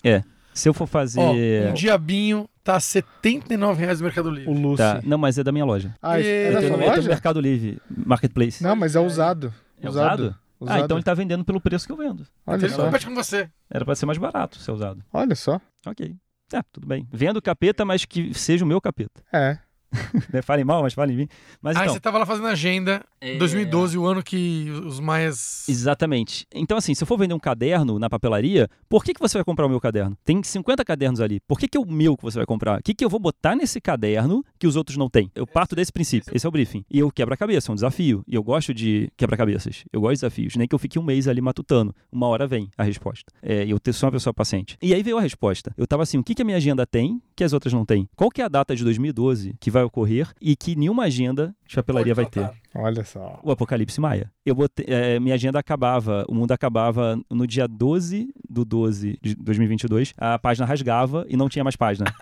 D: Se eu for fazer.
B: Ó, um diabinho tá R$ 79 reais no Mercado
C: O
B: Livre.
C: Lúcio.
D: Tá, Não, mas é da minha loja.
C: Ah, isso é
B: Eu
D: Eu
C: da
D: tenho
C: sua
D: no eu tenho no
C: loja?
D: Mercado Livre, Marketplace.
C: Não, mas é usado.
D: é usado? Ah, então tá ele tá vendendo pelo preço que eu vendo.
C: Olha
B: Ele
C: só.
B: compete com você.
D: Era pra ser mais barato ser usado.
C: Olha só.
D: Ok. Tá, tudo bem. Vendo capeta, mas que seja o meu capeta.
C: É.
D: Né? Falem mal, mas falem em mim. Mas
B: Aí
D: então.
B: você tava lá fazendo agenda, 2012, o ano que os maias.
D: Exatamente. Então, assim, se eu for vender um caderno na papelaria, por que, que você vai comprar o meu caderno? Tem 50 cadernos ali. Por que, que é o meu que você vai comprar? O que, que eu vou botar nesse caderno que os outros não têm? Eu parto desse princípio. Esse é o briefing. E eu quebra-cabeça, é um desafio. E eu gosto de quebra-cabeças. Eu gosto de desafios. Nem que eu fique um mês ali matutando. Uma hora vem a resposta. É, e eu ter sou uma pessoa paciente. E aí veio a resposta. Eu tava assim, o que, que a minha agenda tem que as outras não têm? Qual que é a data de 2012 que vai ocorrer e que nenhuma agenda de papelaria vai ter?
C: Olha só. (laughs)
D: o Apocalipse Maia. Eu botei, eh, minha agenda acabava, o mundo acabava no dia 12 do 12 de 2022, a página rasgava e não tinha mais página.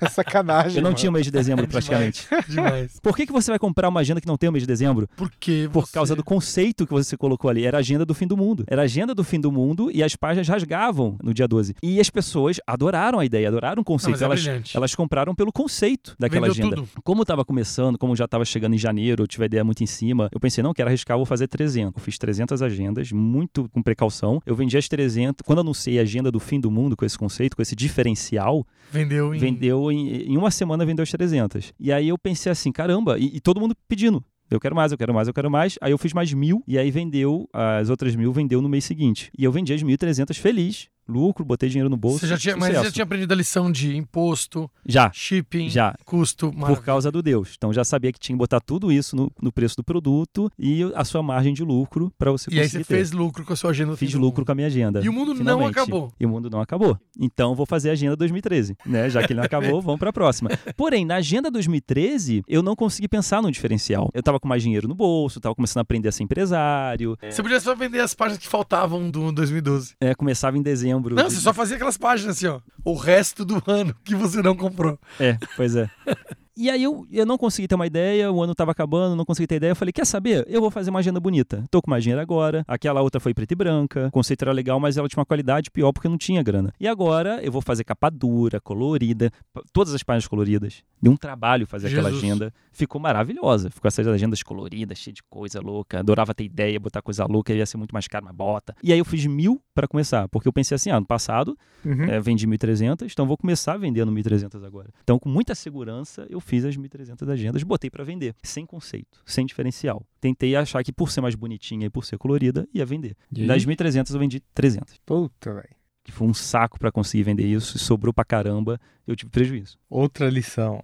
C: É Sacanagem.
D: Eu não
C: mano.
D: tinha o mês de
B: (laughs)
D: dezembro praticamente.
B: (laughs) Demais.
D: Por que, que você vai comprar uma agenda que não tem o mês de dezembro?
B: Por quê?
D: Por causa do conceito que você colocou ali. Era a agenda do fim do mundo. Era a agenda do fim do mundo e as páginas rasgavam no dia 12. E as pessoas adoraram a ideia, adoraram o
B: Não,
D: conceito.
B: mas é
D: elas,
B: brilhante.
D: elas compraram pelo conceito é daquela
B: Vendeu
D: agenda.
B: tudo.
D: Como estava começando, como já estava chegando em janeiro, eu tive a ideia muito em cima, eu pensei, não, quero arriscar, vou fazer 300. Eu fiz 300 agendas, muito com precaução. Eu vendi as 300. Quando eu anunciei a agenda do fim do mundo com esse conceito, com esse diferencial,
B: Vendeu em.
D: vendeu em, em uma semana, vendeu as 300. E aí eu pensei assim, caramba, e, e todo mundo pedindo. Eu quero mais, eu quero mais, eu quero mais. Aí eu fiz mais mil e aí vendeu, as outras mil vendeu no mês seguinte. E eu vendi as 1.300 feliz. lucro, botei dinheiro no bolso.
B: Você já tinha, mas você
D: sucesso.
B: já tinha aprendido a lição de imposto,
D: Já,
B: shipping,
D: já.
B: custo,
D: Por causa do Deus. Então já sabia que tinha que botar tudo isso no, no preço do produto e a sua margem de lucro para você
B: E aí
D: conseguir.
B: você
D: ter.
B: fez lucro com a sua agenda.
D: Fiz
B: do
D: lucro com a minha agenda.
B: E o mundo não
D: finalmente.
B: acabou.
D: E o mundo não acabou. Então vou fazer a agenda 2013, né? Já que ele
B: (laughs)
D: não acabou, vamos para a próxima. Porém, na agenda 2013, eu não consegui pensar no diferencial. Eu tava com mais dinheiro no bolso, tava começando a aprender a ser empresário.
B: mundo. Você podia só vender as páginas que faltavam do 2012.
D: É, começava em dezembro.
B: Não, você só fazia aquelas páginas assim, ó. O resto do ano que você não comprou.
D: É, pois é. (laughs) E aí eu, eu não consegui ter uma ideia, o ano tava acabando, não consegui ter ideia. Eu falei, quer saber? Eu vou fazer uma agenda bonita. Tô com mais dinheiro agora. Aquela outra foi preta e branca. O conceito era legal, mas ela tinha uma qualidade pior porque não tinha grana. E agora eu vou fazer capa dura, colorida, p- todas as páginas coloridas. Deu um trabalho fazer aquela
B: Jesus.
D: agenda. Ficou maravilhosa. Ficou essas agendas coloridas, cheia de coisa louca. Adorava ter ideia, botar coisa louca, ia ser muito mais caro, mas bota. E aí eu fiz mil pra começar, porque eu pensei assim, ah, ano passado
A: Hum?
C: Uhum.
D: é, vendi 1.300, então vou começar vendendo 1.300 agora. Então, com muita segurança, eu fiz as 1.300 agendas, botei pra vender, sem conceito, sem diferencial. Tentei achar que por ser mais bonitinha e por ser colorida, ia vender.
A: E aí?
D: Das 1.300, eu vendi 300.
C: Puta, velho.
D: Que foi um saco pra conseguir vender isso, e sobrou pra caramba, eu tive prejuízo.
C: Outra lição.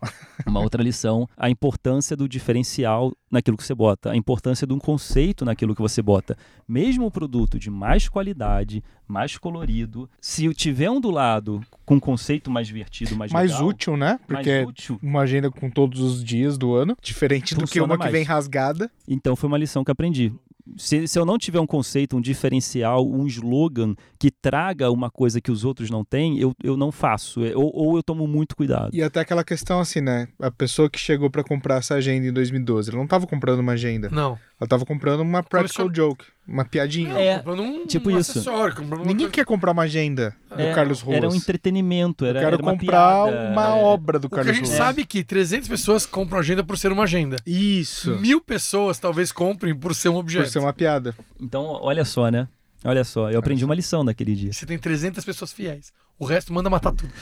D: Uma outra lição, a importância do diferencial naquilo que você bota, a importância de um conceito naquilo que você bota. Mesmo o produto de mais qualidade, mais colorido, se eu tiver um do lado com um conceito mais divertido, mais,
C: Mais
D: legal,
C: útil, né? Porque
D: mais
C: é
D: útil.
C: uma agenda com todos os dias do ano. Diferente do que
D: Funciona
C: uma
D: mais.
C: que vem rasgada.
D: Então foi uma lição que aprendi. Se, se eu não tiver um conceito, um diferencial, um slogan que traga uma coisa que os outros não têm, eu, eu não faço. É, Ou, ou eu tomo muito cuidado.
C: E até aquela questão assim, né? A pessoa que chegou pra comprar essa agenda em 2012, ela não tava comprando uma agenda.
B: Não.
C: Ela tava comprando uma practical joke, uma piadinha.
D: É,
B: Comprando um
D: tipo
B: um
D: isso.
B: acessório, comprando uma
C: Ninguém
B: coisa.
C: quer comprar uma agenda do
D: É,
C: Carlos Ruas.
D: Era um entretenimento, era,
C: Eu quero
D: era uma
C: comprar
D: piada,
C: uma
D: é.
C: obra do
B: O que a
C: Carlos
B: gente
C: Ruas.
B: sabe que 300 pessoas compram agenda por ser uma agenda.
C: Isso.
B: Mil pessoas talvez comprem por ser um
C: Por
B: objeto.
C: ser uma piada.
D: Então, olha só, né? Olha só, eu aprendi uma lição naquele dia.
B: Você tem 300 pessoas fiéis. O resto manda matar
C: (laughs)
B: tudo.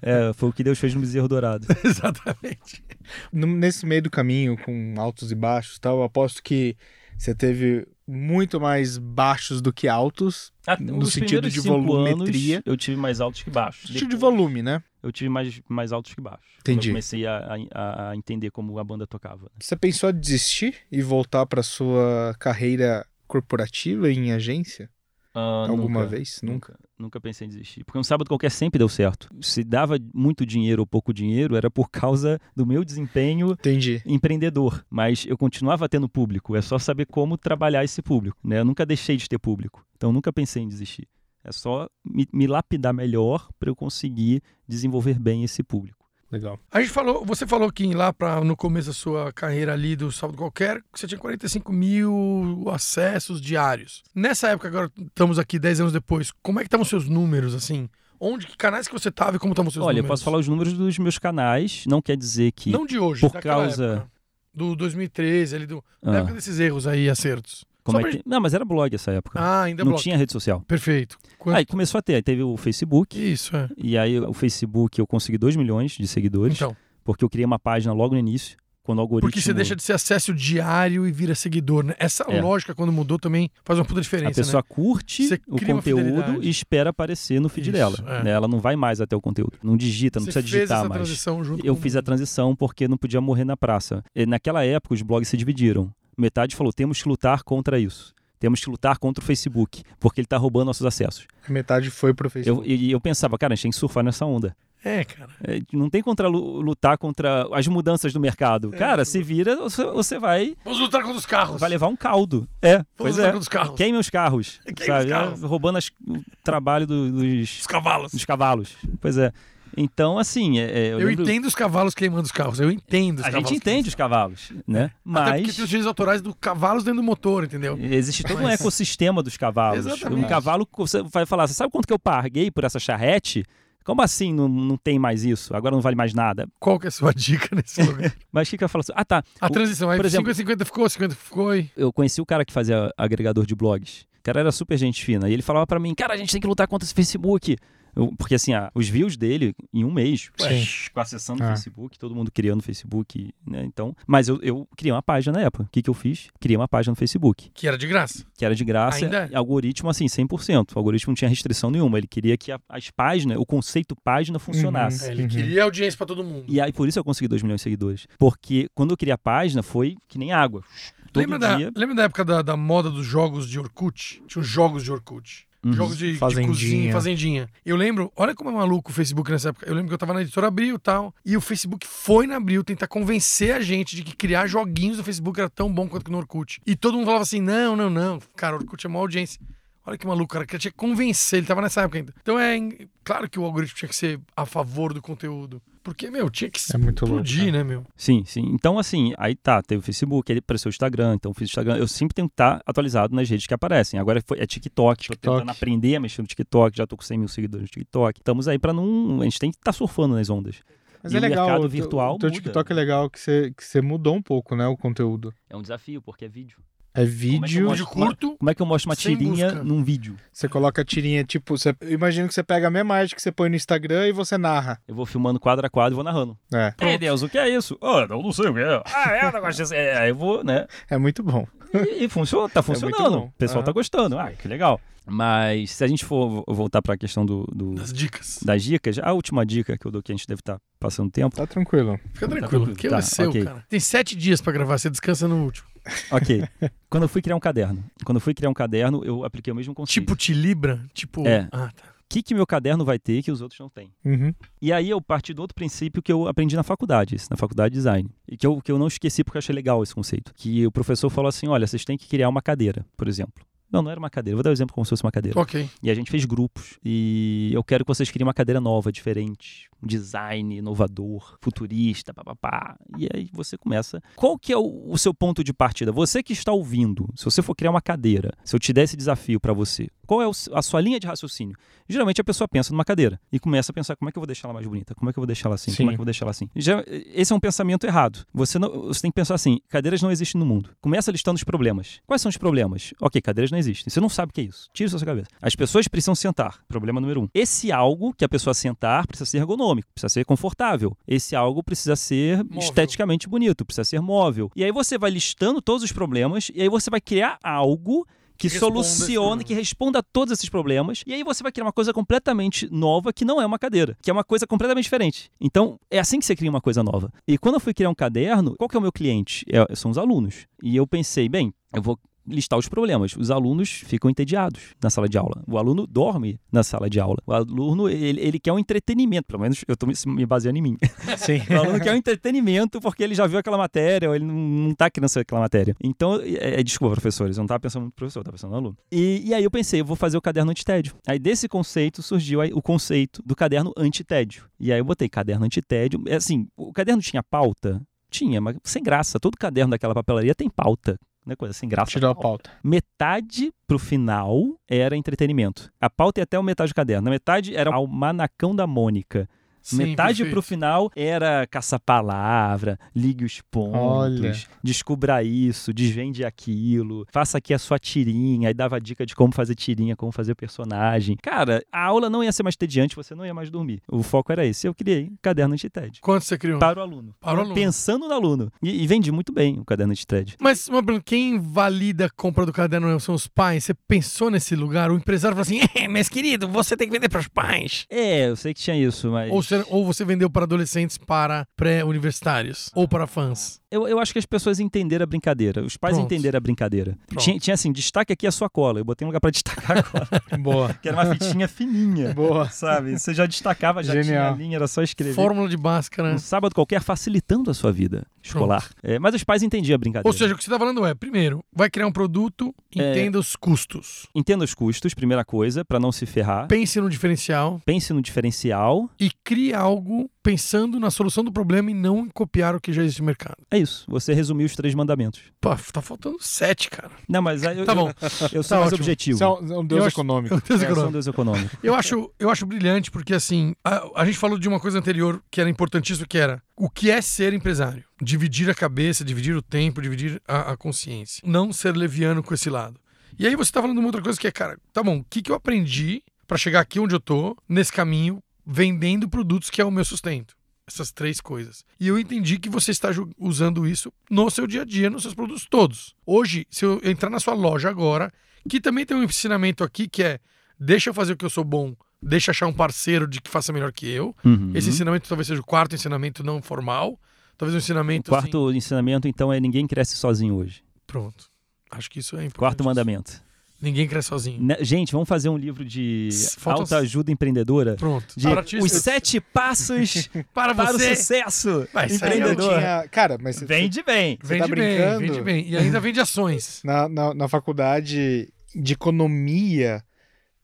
D: É, foi o que Deus fez no Bezerro Dourado.
B: Exatamente.
C: No- nesse meio do caminho, com altos e baixos e tal, eu aposto que você teve muito mais baixos do que altos. No
D: Os
C: sentido
D: Ah, um primeiros
C: de
D: cinco
C: volumetria.
D: anos, eu tive mais altos que baixos.
C: Tipo de
D: Depois-
C: volume, né?
D: Eu tive mais, mais altos que baixos.
C: Entendi.
D: Eu comecei a, a- a entender como a banda tocava. né?
C: Você pensou em desistir e voltar pra sua carreira corporativa em agência?
D: Ah,
C: Alguma
D: nunca.
C: vez? Nunca.
D: Nunca, nunca pensei em desistir. Porque um sábado qualquer sempre deu certo. Se dava muito dinheiro ou pouco dinheiro, era por causa do meu desempenho
C: Entendi.
D: empreendedor. Mas eu continuava tendo público. É só saber como trabalhar esse público. Né? Eu nunca deixei de ter público. Então eu nunca pensei em desistir. É só me, me lapidar melhor para eu conseguir desenvolver bem esse público.
C: Legal.
B: A gente falou, você falou que lá pra, no começo da sua carreira ali do Sábado Qualquer, que você tinha 45 mil acessos diários. Nessa época, agora estamos aqui 10 anos depois, como é que estavam os seus números, assim? Onde, que canais que você tava e como estavam os seus
D: Olha, eu
B: números?
D: posso falar os números dos meus canais. Não quer dizer que.
B: Não de hoje,
D: por
B: daquela
D: causa-
B: época, do 2013, ali do,
D: Ah,
B: da época desses erros aí, acertos.
D: como
B: é, só
D: é
B: pra
D: que- Não, mas era blog essa época.
B: Ah, ainda
D: não
B: bloco.
D: tinha rede social.
B: Perfeito. Quanto...
D: Aí começou a ter. Aí teve o Facebook.
B: Isso, é.
D: E aí o Facebook eu consegui 2 milhões de seguidores,
B: Então,
D: porque eu criei uma página logo no início, quando o algoritmo...
B: porque você deixa de ser acesso diário e vira seguidor, né? Essa
D: É.
B: lógica, quando mudou, também faz uma puta
D: A
B: diferença,
D: pessoa curte
B: né? Você
D: o
B: cria uma
D: conteúdo
B: fidelidade.
D: e espera aparecer no feed
B: Isso,
D: dela.
B: é.
D: né? Ela não vai mais até o conteúdo. Não digita,
B: né?
D: Então não
B: Você
D: precisa
B: fez
D: digitar
B: essa
D: mais.
B: transição junto
D: Eu
B: com-
D: fiz a transição porque não podia morrer na praça. E naquela época, os blogs se dividiram. Metade falou: temos que lutar contra isso. Temos que lutar contra o Facebook, porque ele está roubando nossos acessos.
C: A metade foi pro
D: Eu,
C: Facebook.
D: e eu pensava, cara, a gente tem que surfar nessa onda.
B: É, cara.
D: É, Não tem contra lu- lutar contra as mudanças do mercado.
B: É,
D: Cara, se vira, você- você vai
B: Vamos lutar contra os carros.
D: Vai levar um caldo. É,
B: Vamos
D: pois
B: lutar
D: é.
B: contra os carros.
D: Queime os carros.
B: Queime os
D: sabe? É,
B: carros.
D: Roubando as- o trabalho do- dos,
B: Os cavalos.
D: dos cavalos. Pois é. Então, assim, é, é, eu,
B: Eu,
D: lembro-
B: entendo os cavalos queimando os carros. Eu entendo os
D: A
B: cavalos. É.
D: gente entende os cavalos, né?
B: Até porque
D: Mas
B: tem os direitos autorais do cavalos dentro do motor, entendeu?
D: existe todo um
B: Mas-
D: ecossistema dos cavalos.
B: Exatamente.
D: Um cavalo, você vai falar, você sabe quanto que eu paguei por essa charrete? Como assim não, não tem mais isso? Agora não vale mais nada.
B: Qual que é a sua (laughs) dica nesse lugar?
D: Mas o que, que eu falo assim? Ah, tá.
B: A
D: O-
B: transição. Aí
D: por exemplo-
B: 50 50 ficou, 50 ficou e...
D: eu conheci o cara que fazia agregador de blogs. O cara era super gente fina. E ele falava pra mim, cara, a gente tem que lutar contra esse Facebook. Eu Eu- porque assim, ah, os views dele em um mês,
B: Sim.
D: ué, acessando o
C: Ah.
D: Facebook, todo mundo criando Facebook, né? Então, mas eu, eu criei uma página na época. O que, que eu fiz? Criei uma página no Facebook,
B: Que era de graça.
D: que era de graça,
B: Ainda é?
D: algoritmo assim, 100%. O algoritmo não tinha restrição nenhuma, ele queria que a- as páginas, o conceito página funcionasse.
B: É, ele
C: Uhum.
B: queria audiência pra todo mundo.
D: E aí, por isso eu consegui 2 milhões de seguidores. Porque quando eu criei a página, foi que nem água. Todo
B: Lembra da,
D: dia.
B: lembra da época da, da moda dos jogos de Orkut? Tinha os jogos de Orkut.
D: Uhum.
B: Jogos de, de
C: Fazendinha.
B: cozinha, fazendinha. Eu lembro, olha como é maluco o Facebook nessa época. Eu lembro que eu tava na editora Abril e tal. E o Facebook foi na Abril tentar convencer a gente de que criar joguinhos no Facebook era tão bom quanto no Orkut. E todo mundo falava assim: não, não, não. Cara, Orkut é uma audiência. Olha que maluco, cara, que tinha que convencer, ele tava nessa época ainda. Então é em- claro que o algoritmo tinha que ser a favor do conteúdo. Porque, meu, tinha que
C: É muito louco,
B: explodir, né, meu?
D: Sim, sim. Então, assim, aí tá, teve o Facebook, aí apareceu o Instagram, então eu fiz o Instagram. Eu sempre tenho que estar atualizado nas redes que aparecem. Agora foi, é TikTok, tô
C: TikTok.
D: tentando aprender a mexer no TikTok, já tô com 100 mil seguidores no TikTok. Estamos aí pra não. A gente tem que estar surfando nas ondas.
C: Mas
D: E
C: é
D: o
C: legal.
D: mercado
C: o teu-
D: virtual
C: O teu
D: muda.
C: TikTok é legal que você, que você mudou um pouco, né? O conteúdo.
D: É um desafio, porque é vídeo.
C: É
D: Eu
C: vídeo.
D: mostro?
B: Vídeo curto,
D: Como é que eu mostro uma
B: Sem
D: tirinha
B: busca.
D: num vídeo?
C: Você coloca a tirinha, tipo, você, eu imagino que você pega a mesma arte que você põe no Instagram e você narra.
D: Eu vou filmando quadro a quadro e vou narrando.
C: É,
D: Ei, Deus, o que é isso? Ah, eu não sei o que é. Ah, é, eu não gosto disso. É, aí eu vou, né?
C: é muito bom.
D: E, e funciona, tá
C: É muito
D: funcionando.
C: bom.
D: o pessoal tá
C: Aham.
D: gostando. Ah, que legal. Mas se a gente for vo- voltar pra questão do, do-
B: das dicas.
D: das dicas, a última dica que eu dou que a gente deve estar passando tempo.
C: Tá tranquilo.
B: Fica tranquilo,
D: tranquilo,
B: que
D: tá,
B: é seu,
D: ok.
B: cara. Tem sete dias pra gravar, você descansa no último.
D: Ok. Quando eu fui criar um caderno. Quando eu fui criar um caderno, eu apliquei o mesmo conceito.
B: Tipo, te libra? Tipo.
D: É.
B: Ah, tá.
D: o que, que meu caderno vai ter que os outros não têm?
C: Uhum.
D: E aí eu parti do outro princípio que eu aprendi na faculdade, isso, na faculdade de design. E que eu, que eu não esqueci porque eu achei legal esse conceito. Que o professor falou assim: olha, vocês têm que criar uma cadeira, por exemplo. Não, não era uma cadeira. Vou dar um exemplo como se fosse uma cadeira.
B: Ok.
D: E a gente fez grupos. E eu quero que vocês criem uma cadeira nova, diferente. Um design inovador, futurista, papapá. E aí você começa. Qual que é o, o seu ponto de partida? Você que está ouvindo, se você for criar uma cadeira, se eu te der esse desafio para você, qual é o s- a sua linha de raciocínio? Geralmente a pessoa pensa numa cadeira e começa a pensar como é que eu vou deixar ela mais bonita, como é que eu vou deixar ela assim,
C: Sim.
D: como é que eu vou deixar ela assim. Já, esse é um pensamento errado. Você, não- você tem que pensar assim: cadeiras não existem no mundo. Começa listando os problemas. Quais são os problemas? Ok, cadeiras não existem. Você não sabe o que é isso. Tira isso da sua cabeça. As pessoas precisam sentar. Problema número um. Esse algo que a pessoa sentar precisa ser ergonômico, precisa ser confortável. Esse algo precisa ser
B: Móvel.
D: esteticamente bonito, precisa ser móvel. E aí você vai listando todos os problemas e aí você vai criar algo que
B: Que responda esses
D: solucione,
B: problemas.
D: que responda a todos esses problemas. E aí você vai criar uma coisa completamente nova que não é uma cadeira, que é uma coisa completamente diferente. Então, é assim que você cria uma coisa nova. E quando eu fui criar um caderno, qual que é o meu cliente? É- são os alunos. E eu pensei, bem, eu vou listar os problemas. Os alunos ficam entediados na sala de aula. O aluno dorme na sala de aula. O aluno, ele, ele quer um entretenimento, pelo menos eu tô me- me baseando em mim. (laughs)
C: Sim.
D: O aluno quer um entretenimento porque ele já viu aquela matéria, ou ele não, não tá querendo saber aquela matéria. Então, é, é- desculpa, professores, eu não tava pensando no professor, eu tava pensando no aluno. E, e aí eu pensei, eu vou fazer o caderno antitédio. Aí desse conceito surgiu aí o conceito do caderno antitédio. E aí eu botei caderno antitédio. É assim, o caderno tinha pauta? Tinha, mas sem graça. Todo caderno daquela papelaria tem pauta. Não é coisa sem graça.
C: Tirou a
D: pauta
C: pauta.
D: metade pro final era entretenimento. A pauta ia até o metade do caderno. A metade era o manacão da Mônica.
B: Sim,
D: metade
B: perfeito.
D: pro final era caça-palavra, ligue os pontos,
C: Olha.
D: descubra isso, desvende aquilo, faça aqui a sua tirinha, aí dava dica de como fazer tirinha, como fazer personagem. Cara, a aula não ia ser mais tediante, você não ia mais dormir. O foco era esse. Eu criei um caderno anti-TED.
B: Quanto você criou?
D: Para o aluno.
B: Para o aluno.
D: Pensando no aluno. E, e vendi muito bem o caderno anti-TED.
B: Mas, uma pergunta, quem valida a compra do caderno né? são os pais? Você pensou nesse lugar? O empresário falou assim: é, mas querido, você tem que vender para os pais.
D: É, eu sei que tinha isso, mas...
B: Ou você, ou você vendeu para adolescentes, para pré-universitários, ou para fãs.
D: Eu, eu acho que as pessoas entenderam a brincadeira. Os pais
B: Pronto.
D: entenderam a brincadeira.
B: Pronto.
D: Tinha, tinha assim, destaque aqui a sua cola. Eu botei um lugar pra destacar a cola.
C: Boa.
D: que era uma fitinha (laughs) fininha.
C: Boa.
D: Sabe? Você já destacava, já tinha
C: Genial.
D: a linha, era só escrever.
B: Fórmula de Bhaskara.
D: Um sábado qualquer facilitando a sua vida escolar. É, mas os pais entendiam a brincadeira.
B: Ou seja, o que você está falando é: primeiro, vai criar um produto,
D: É.
B: entenda os custos,
D: entenda os custos, primeira coisa, pra não se ferrar.
B: pense no diferencial
D: Pense no diferencial.
B: e crie algo pensando na solução do problema e não em copiar o que já existe no mercado.
D: É isso. Você resumiu os três mandamentos.
B: Pô, tá faltando sete, cara.
D: Não, mas aí eu,
B: Tá bom.
D: eu, eu
B: Tá
D: sou mais
B: ótimo.
D: objetivo.
C: Você é um, é um deus
B: Eu acho-
C: econômico.
B: Meu Deus,
D: Eu sou um
B: econômico.
D: Deus econômico.
B: Eu acho, eu acho brilhante porque, assim, a, a gente falou de uma coisa anterior que era importantíssima, que era o que é ser empresário? Dividir a cabeça, dividir o tempo, dividir a, a consciência. Não ser leviano com esse lado. E aí você tá falando de uma outra coisa que é, cara, tá bom, o que, que eu aprendi para chegar aqui onde eu tô, nesse caminho, vendendo produtos que é o meu sustento. Essas três coisas. E eu entendi que você está ju- usando isso no seu dia a dia, nos seus produtos todos. Hoje, se eu entrar na sua loja agora, que também tem um ensinamento aqui que é: deixa eu fazer o que eu sou bom, deixa eu achar um parceiro de que faça melhor que eu.
D: Uhum.
B: Esse ensinamento talvez seja o quarto ensinamento não formal. Talvez um
D: O
B: ensinamento. assim-
D: quarto ensinamento, então, é ninguém cresce sozinho hoje.
B: Pronto. Acho que isso é importante.
D: Quarto mandamento.
B: Ninguém cresce sozinho.
D: Ne- Gente, vamos fazer um livro de
B: S- faltam-
D: autoajuda empreendedora?
B: Pronto.
D: De
B: Para artista-
D: os sete passos
B: (laughs) para
D: para o
B: você.
D: sucesso
B: Vai, isso aí é um eu
C: Eu
D: empreendedor.
C: tinha... Cara, mas...
D: Vende bem.
C: Você
B: Vende
C: tá
B: bem,
C: brincando?
B: vende bem. E ainda vende
C: (laughs)
B: ações.
C: Na, na, na faculdade de economia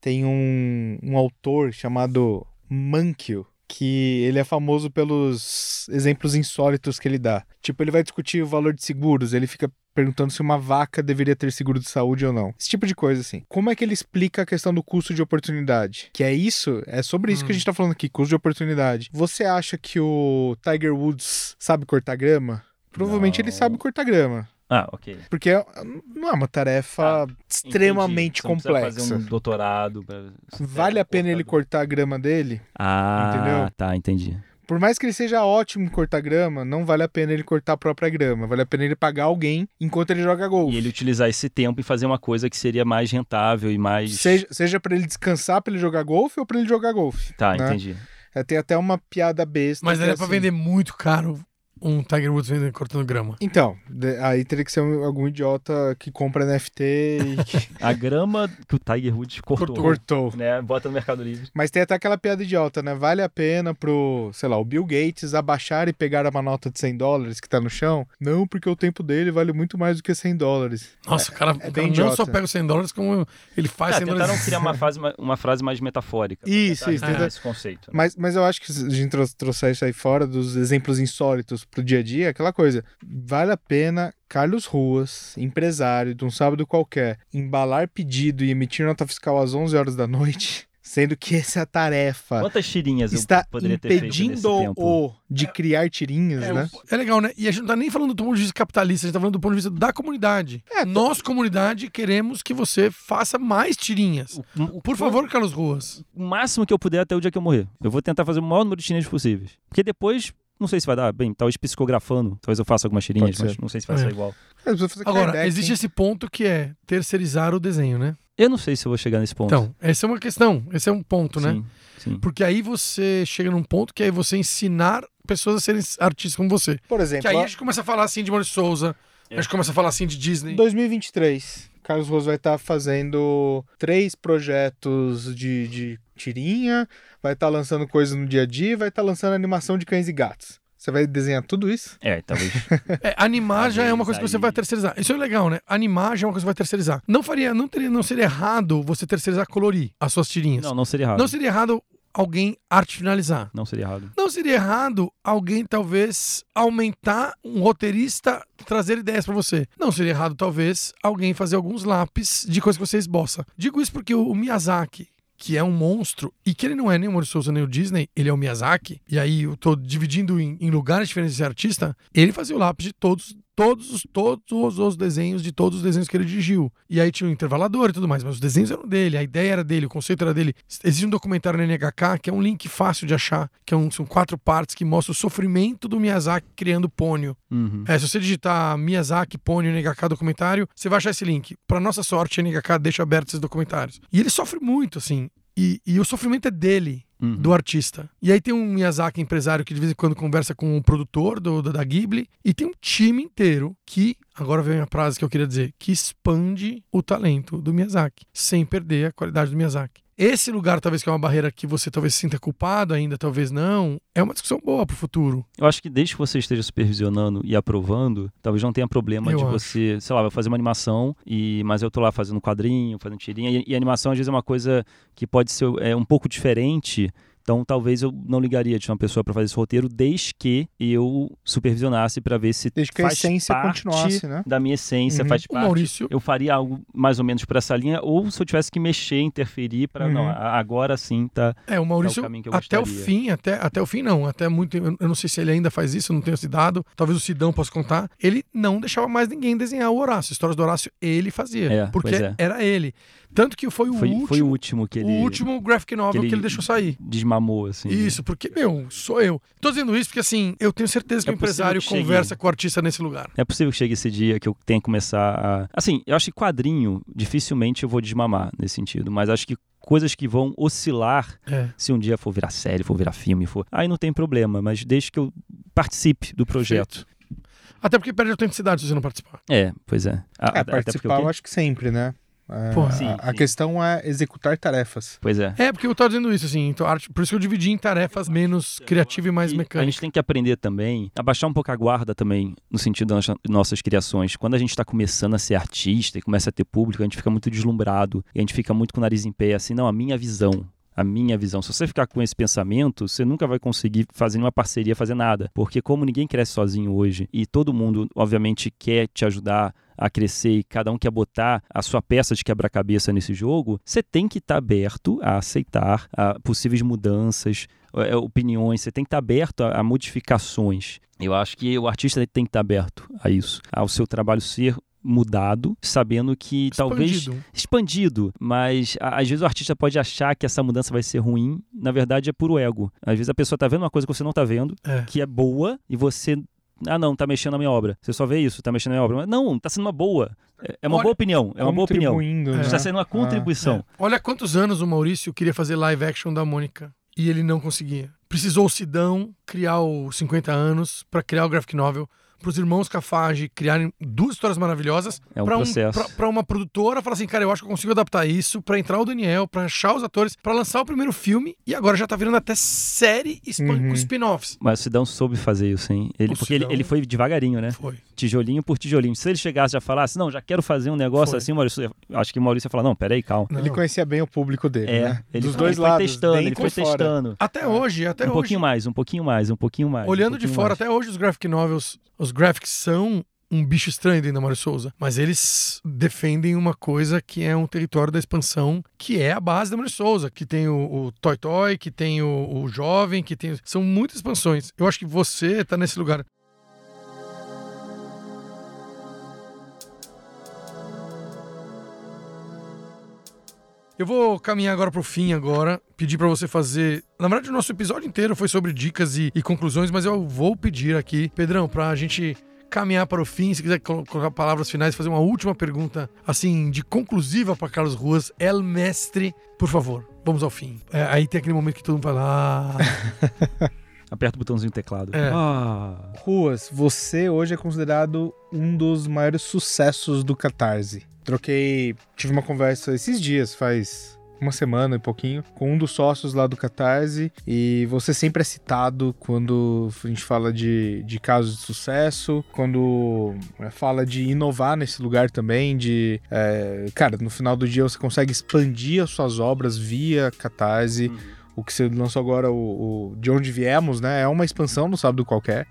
C: tem um, um autor chamado Mankio que ele é famoso pelos exemplos insólitos que ele dá. Tipo, ele vai discutir o valor de seguros, ele fica perguntando se uma vaca deveria ter seguro de saúde ou não. Esse tipo de coisa assim. Como é que ele explica a questão do custo de oportunidade? Que é isso, é sobre isso que
B: Hum.
C: a gente tá falando aqui, custo de oportunidade. Você acha que o Tiger Woods sabe cortar grama? Provavelmente ele
D: Não.
C: sabe cortar grama.
D: Ah, ok.
C: Porque é- não é uma tarefa extremamente
D: Ah, Entendi. Você não precisa
C: complexa.
D: Fazer um doutorado. pra-
C: Vale a pena ele
D: cortar.
C: cortar a grama dele?
D: Ah,
C: Entendeu?
D: tá, entendi.
C: Por mais que ele seja ótimo em cortar grama, não vale a pena ele cortar a própria grama. Vale a pena ele pagar alguém enquanto ele joga golfe.
D: E ele utilizar esse tempo e fazer uma coisa que seria mais rentável e mais.
C: Seja, seja para ele descansar, para ele jogar golfe ou para ele jogar golfe.
D: Tá,
C: né?
D: entendi.
C: É, tem até uma piada besta.
B: Mas
C: que
B: daria
C: é
B: pra
C: assim.
B: vender muito caro um Tiger Woods vendendo cortando grama.
C: Então, de- aí teria que ser um- algum idiota que compra NFT e que
B: (laughs)
D: A grama que o Tiger Woods cortou.
C: cortou.
D: Né? Bota no Mercado Livre.
C: Mas tem até aquela piada idiota, né? Vale a pena pro, sei lá, o Bill Gates abaixar e pegar uma nota de 100 dólares que tá no chão? Não, porque o tempo dele vale muito mais do que 100 dólares.
B: Nossa, o cara, o cara
C: bem
B: não
C: idiota.
B: só pega os 100 dólares, como ele faz
D: Ah,
B: 100
D: tentaram
B: dólares.
D: criar uma, fase, uma, uma frase mais metafórica.
C: Isso, isso.
D: Tá,
C: tenta-
D: Esse conceito. né?
C: Mas, mas eu acho que se a gente tro- trouxer isso aí fora dos exemplos insólitos pro dia a dia, aquela coisa. Vale a pena Carlos Ruas, empresário de um sábado qualquer, embalar pedido e emitir nota fiscal às 11 horas da noite? (laughs) Sendo que essa é a tarefa.
D: Quantas tirinhas
C: Está
D: eu poderia ter feito nesse tempo?
C: impedindo-o de criar tirinhas,
B: É,
C: né?
B: é legal, né? E a gente não tá nem falando do ponto de vista capitalista, a gente tá falando do ponto de vista da comunidade.
D: tá.
C: É,
B: Nós, comunidade, queremos que você faça mais tirinhas.
D: O- o-
B: Por favor, Carlos Ruas.
D: o máximo que eu puder até o dia que eu morrer. Eu vou tentar fazer o maior número de tirinhas possíveis. Porque depois, não sei se vai dar. Bem, talvez psicografando, talvez eu faça algumas tirinhas,
C: Pode
D: mas
C: ser.
D: não sei se vai
B: É.
D: ser igual.
C: Eu preciso fazer
B: Agora,
C: Kardec,
B: existe
C: hein?
B: esse ponto que é terceirizar o desenho, né?
D: Eu não sei se eu vou chegar nesse ponto.
B: Então, essa é uma questão, esse é um ponto, né?
D: Sim, sim.
B: Porque aí você chega num ponto que é você ensinar pessoas a serem artistas como você.
C: Por
B: Que
D: É,
C: exemplo,
B: aí a
C: ó,
B: gente começa a falar assim de Maurício Souza, a gente começa a falar assim de Disney.
C: 2023, Carlos Rosa vai estar fazendo três projetos de, de tirinha, vai estar lançando coisas no dia a dia, e vai estar lançando animação de cães e gatos. Você vai desenhar tudo isso?
D: É,
B: (laughs)
D: talvez.
B: É, animar já é uma
D: Talvez
B: coisa que você
D: aí-
B: vai terceirizar. Isso é legal, né? Animar já é uma coisa que você vai terceirizar. Não faria, não teria, não seria errado você terceirizar colorir as suas tirinhas.
D: não, não seria errado.
B: Não seria errado alguém arte finalizar.
D: Não seria errado.
B: Não seria errado alguém talvez aumentar um roteirista trazer ideias pra você. Não seria errado talvez alguém fazer alguns lápis de coisa que você esboça. Digo isso porque o o Miyazaki que é um monstro, e que ele não é nem o Maurício Souza nem o Disney, ele é o Miyazaki, e aí eu tô dividindo em, em lugares diferentes de artista, ele fazia o lápis de todos, todos, os- todos os desenhos, de todos os desenhos que ele dirigiu. E aí tinha o intervalador e tudo mais, mas os desenhos eram dele, a ideia era dele, o conceito era dele. Existe um documentário na NHK, que é um link fácil de achar, que é um- são quatro partes que mostra o sofrimento do Miyazaki criando pônio.
D: Uhum.
B: É, se você digitar Miyazaki, Pony, NHK documentário, você vai achar esse link. Pra nossa sorte, a NHK deixa aberto esses documentários. E ele sofre muito, assim. E, e o sofrimento é dele,
D: Uhum.
B: do artista. E aí tem um Miyazaki empresário que de vez em quando conversa com o produtor do, da- da Ghibli. E tem um time inteiro que, agora vem a frase que eu queria dizer, que expande o talento do Miyazaki, sem perder a qualidade do Miyazaki. Esse lugar, talvez, que é uma barreira que você talvez sinta culpado ainda, talvez não, é uma discussão boa pro futuro.
D: Eu acho que desde que você esteja supervisionando e aprovando, talvez não tenha problema
B: Eu
D: de
B: acho.
D: você, sei lá, vai fazer uma animação, e mas eu tô lá fazendo quadrinho, fazendo tirinha, e, e animação às vezes é uma coisa que pode ser é, um pouco diferente Então, talvez eu não ligaria de uma pessoa para fazer esse roteiro, desde que eu supervisionasse para ver se
C: Desde que a
D: faz
C: essência
D: parte
C: continuasse, né?
D: da minha essência,
C: Uhum.
D: faz
B: O
D: parte.
B: Maurício,
D: Eu faria algo mais ou menos para essa linha, ou se eu tivesse que mexer, interferir para não,
C: Uhum.
D: a- agora sim tá.
B: é, o Maurício
D: caminho que eu
B: até o
D: gostaria.
B: fim, até, até o fim não, até muito, eu eu não sei se ele ainda faz isso, eu não tenho esse dado, talvez o Sidão possa contar, ele não deixava mais ninguém desenhar o Horácio, histórias do Horácio ele fazia,
D: É,
B: porque
D: pois é.
B: era ele. Tanto que foi o
D: Foi,
B: último,
D: foi o último que ele
B: o último graphic novel que
D: que
B: ele,
D: ele-
B: deixou sair.
D: desmamou assim.
B: Isso, porque, meu, sou eu. Tô dizendo isso porque, assim, eu tenho certeza que
D: É
B: o
D: possível
B: empresário
D: que chegue-
B: conversa com o artista nesse lugar.
D: É possível que chegue esse dia que eu tenha que começar a. Assim, eu acho que quadrinho, dificilmente eu vou desmamar nesse sentido, mas acho que coisas que vão oscilar
B: É.
D: se um dia for virar série, for virar filme, for. Aí não tem problema, mas desde que eu participe do projeto.
B: Até porque perde a autenticidade se você não participar.
D: É, pois é. A-
C: É,
D: até porque
C: participar eu
D: eu tenho-
C: acho que sempre, né? A,
B: Pô,
C: a-
D: sim,
C: a
D: sim.
C: questão é executar tarefas.
D: Pois é.
B: É, porque eu tava dizendo isso, assim, então, arte, por isso que eu dividi em tarefas menos criativa e mais
D: E A
B: mecânica.
D: gente tem que aprender também, abaixar um pouco a guarda também, no sentido das nossas criações. Quando a gente está começando a ser artista e começa a ter público, a gente fica muito deslumbrado e a gente fica muito com o nariz em pé, assim, não, a minha visão. A minha visão. Se você ficar com esse pensamento, você nunca vai conseguir fazer nenhuma parceria, fazer nada. Porque, como ninguém cresce sozinho hoje e todo mundo, obviamente, quer te ajudar a crescer e cada um quer botar a sua peça de quebra-cabeça nesse jogo, você tem que estar aberto a aceitar a possíveis mudanças, é, opiniões, você tem que estar aberto a, a modificações. Eu acho que o artista tem que estar aberto a isso, ao seu trabalho ser mudado, sabendo que talvez
B: Expandido.
D: expandido, mas a- às vezes o artista pode achar que essa mudança vai ser ruim, na verdade é puro ego. Às vezes a pessoa tá vendo uma coisa que você não tá vendo,
B: É.
D: que é boa e você ah não, tá mexendo na minha obra. Você só vê isso, tá mexendo na minha obra. Mas, Não, tá sendo uma boa. É- É uma
B: Olha,
D: boa opinião, é uma boa opinião.
C: Contribuindo, né?
D: Está sendo uma contribuição.
B: Olha quantos anos o Maurício queria fazer live action da Mônica e ele não conseguia. Precisou o Sidão criar os 50 anos pra criar o graphic novel, pros irmãos Cafage criarem duas histórias maravilhosas
D: É um
B: pra
D: processo.
B: pra- pra uma produtora falar assim, cara, eu acho que eu consigo adaptar isso pra entrar o Daniel, pra achar os atores, pra lançar o primeiro filme e agora já tá virando até série expan-
C: Uhum.
B: com spin-offs.
D: Mas o Sidão soube fazer isso, hein? Ele,
B: O
D: porque ele,
B: Sidão-
D: ele foi devagarinho, né?
B: Foi.
D: tijolinho por tijolinho. Se ele chegasse e já falasse, não, já quero fazer um negócio
B: Foi.
D: assim, o Maurício, acho que o Maurício ia falar, não, peraí, calma.
B: Não.
C: Ah, Ele conhecia bem o público dele,
D: É,
C: né?
D: ele,
C: Dos
D: ele
C: dois
D: foi
C: lados,
D: testando,
C: dentro
D: ele foi
C: e fora.
D: testando.
B: Até hoje, até
D: um
B: hoje.
D: pouquinho mais, um pouquinho mais, um pouquinho mais. um
B: Olhando de
D: pouquinho
B: fora,
D: mais.
B: até hoje os graphic novels, os graphics são um bicho estranho dentro da Mário Souza, mas eles defendem uma coisa que é um território da expansão, que é a base da Mário Souza, que tem o, o Toy Toy, que tem o, o Jovem, que tem... São muitas expansões. Eu acho que você tá nesse lugar. Eu vou caminhar agora pro fim agora, pedir pra você fazer. Na verdade, o nosso episódio inteiro foi sobre dicas e, e conclusões, mas eu vou pedir aqui, Pedrão, pra gente caminhar para o fim, se quiser colo- colocar palavras finais, fazer uma última pergunta, assim, de conclusiva pra Carlos Ruas, El Mestre, por favor, vamos ao fim. É, aí tem aquele momento que todo mundo fala, ah,
D: Aperta o botãozinho do teclado.
B: É.
D: Ah,
C: Ruas, você hoje é considerado um dos maiores sucessos do Catarse. Troquei, tive uma conversa esses dias, faz uma semana e pouquinho, com um dos sócios lá do Catarse, e você sempre é citado quando a gente fala de, de casos de sucesso, quando é, fala de inovar nesse lugar também, de, é, cara, no final do dia você consegue expandir as suas obras via Catarse, o que você lançou agora, o, o De Onde Viemos, né, é uma expansão, não sabe do qualquer,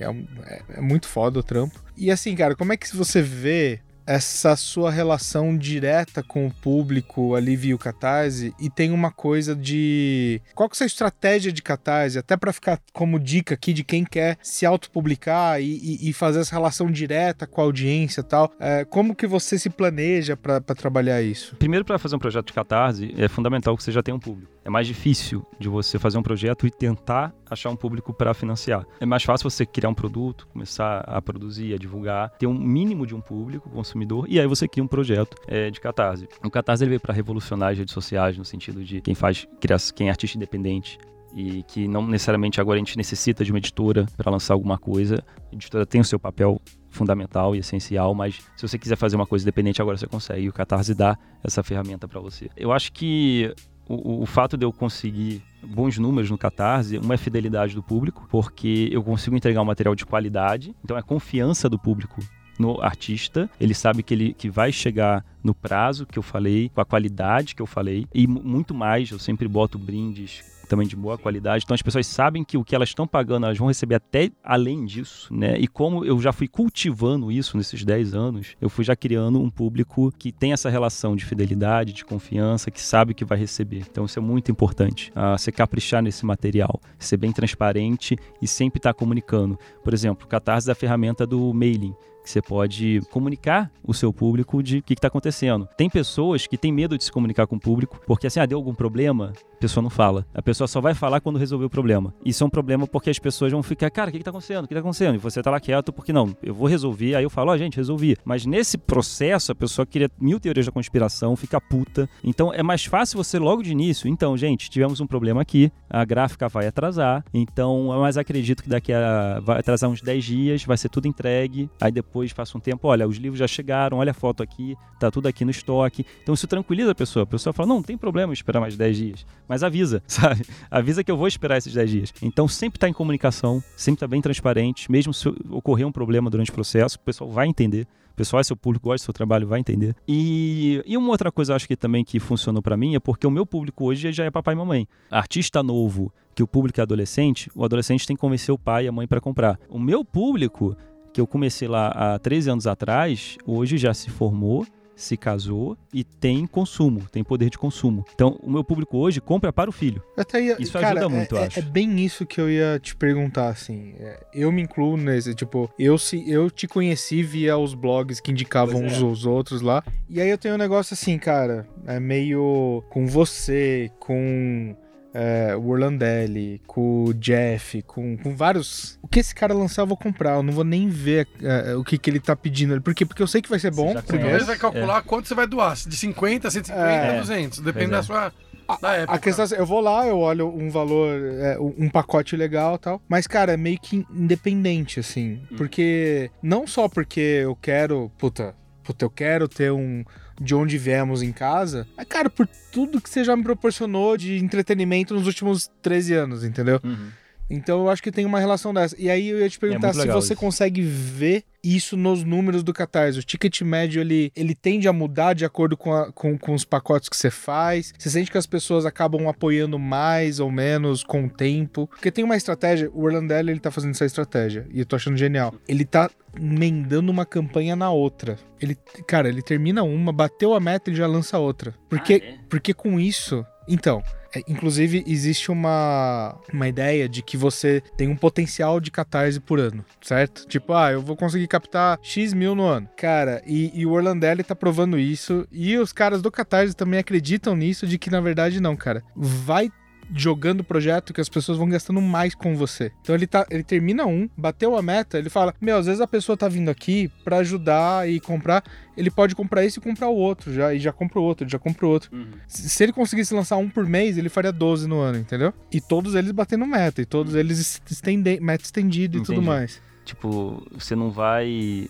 C: é, um- é- é muito foda o trampo. E assim, cara, como é que você vê essa sua relação direta com o público ali via o Catarse e tem uma coisa de... Qual que é a sua estratégia de Catarse? Até pra ficar como dica aqui de quem quer se autopublicar e, e, e fazer essa relação direta com a audiência e tal. É, como que você se planeja pra pra trabalhar isso?
D: Primeiro, para fazer um projeto de catarse, é fundamental que você já tenha um público. É mais difícil de você fazer um projeto e tentar achar um público para financiar. É mais fácil você criar um produto, começar a produzir, a divulgar, ter um mínimo de um público, consumidor, e aí você cria um projeto é, de catarse. O catarse ele veio para revolucionar as redes sociais, no sentido de quem faz, cria- quem é artista independente. E que não necessariamente agora a gente necessita de uma editora para lançar alguma coisa. A editora tem o seu papel fundamental e essencial, mas se você quiser fazer uma coisa independente, agora você consegue. E o Catarse dá essa ferramenta para você. Eu acho que o, o fato de eu conseguir bons números no Catarse, uma é fidelidade do público, porque eu consigo entregar um material de qualidade, então é confiança do público no artista, ele sabe que ele que vai chegar no prazo que eu falei, com a qualidade que eu falei e mu- muito mais, eu sempre boto brindes também de boa qualidade. Então as pessoas sabem que o que elas estão pagando, elas vão receber até além disso, né? E como eu já fui cultivando isso nesses 10 anos, eu fui já criando um público que tem essa relação de fidelidade, de confiança, que sabe o que vai receber. Então isso é muito importante. Ah, você caprichar nesse material, ser bem transparente e sempre estar comunicando. Por exemplo, o Catarse é a ferramenta do mailing que você pode comunicar o seu público de o que está acontecendo. Tem pessoas que têm medo de se comunicar com o público, porque assim, ah, deu algum problema, a pessoa não fala. A pessoa só vai falar quando resolver o problema. Isso é um problema porque as pessoas vão ficar, cara, o que está acontecendo? O que está acontecendo? E você está lá quieto, porque não, eu vou resolver, aí eu falo, ó, gente, resolvi. Mas nesse processo, a pessoa cria mil teorias da conspiração, fica puta. Então é mais fácil você logo de início, então, gente, tivemos um problema aqui, a gráfica vai atrasar, então, mas acredito que daqui a. vai atrasar uns 10 dias, vai ser tudo entregue, aí depois depois passa um tempo, olha, os livros já chegaram, olha a foto aqui, tá tudo aqui no estoque. Então isso tranquiliza a pessoa. A pessoa fala, não, não tem problema esperar mais 10 dias. Mas avisa, (laughs) sabe? Avisa que eu vou esperar esses 10 dias. Então sempre tá em comunicação, sempre tá bem transparente, mesmo se ocorrer um problema durante o processo, o pessoal vai entender. O pessoal, é seu público gosta do seu trabalho, vai entender. E, e uma outra coisa, acho que também que funcionou para mim é porque o meu público hoje já é papai e mamãe. Artista novo, que o público é adolescente, o adolescente tem que convencer o pai e a mãe para comprar. O meu público que eu comecei lá há 13 anos atrás, hoje já se formou, se casou e tem consumo, tem poder de consumo. Então, o meu público hoje compra para o filho.
C: Eu até ia-
D: Isso
C: cara,
D: ajuda muito,
C: é,
D: eu
C: é-
D: acho.
C: É bem isso que eu ia te perguntar, assim. É, Eu me incluo nesse, tipo, eu, se, eu te conheci via os blogs que indicavam
D: é.
C: uns aos outros lá. E aí eu tenho um negócio assim, cara, é meio com você, com é, o Orlandelli, com o Jeff, com, com vários. O que esse cara lançar eu vou comprar, eu não vou nem ver é, o que, que ele tá pedindo. Por quê? Porque eu sei que vai ser bom,
D: já
C: primeiro.
B: Primeiro você vai calcular quanto você vai doar. se De 50, 150,
C: É.
B: 200. Depende
D: Pois é.
B: da sua... Da época.
C: A questão é, assim, eu vou lá, eu olho um valor, é, um pacote legal e tal. Mas, cara, é meio que independente, assim. Porque. Não só porque eu quero. Puta, puta, eu quero ter um. De onde viemos em casa. Mas, cara, por tudo que você já me proporcionou de entretenimento nos últimos 13 anos, entendeu?
B: Uhum.
C: Então eu acho que tem uma relação dessa. E aí eu ia te perguntar
D: É muito
C: se
D: legal
C: você
D: isso.
C: consegue ver isso nos números do Catarse. O ticket médio, ele, ele tende a mudar de acordo com, a- com, com os pacotes que você faz? Você sente que as pessoas acabam apoiando mais ou menos com o tempo? Porque tem uma estratégia, o Orlandelli, ele tá fazendo essa estratégia, e eu tô achando genial. Ele tá emendando uma campanha na outra. Ele, cara, ele termina uma, bateu a meta, ele já lança outra. Porque, porque com isso... Então, é, Inclusive, existe uma, uma ideia de que você tem um potencial de catarse por ano, certo? Tipo, ah, eu vou conseguir captar X mil no ano. Cara, e, e o Orlandelli tá provando isso. E os caras do catarse também acreditam nisso, de que na verdade não, cara. Vai jogando o projeto que as pessoas vão gastando mais com você. Então ele tá, ele termina um, bateu a meta, ele fala: "Meu, às vezes a pessoa tá vindo aqui pra ajudar e comprar, ele pode comprar esse e comprar o outro já, e já compra o outro, já compra o outro. Se se ele conseguisse lançar um por mês, ele faria 12 no ano, entendeu? E todos eles batendo meta, e todos eles es- estende, meta estendida e tudo
D: Entendi.
C: mais.
D: Tipo, você não vai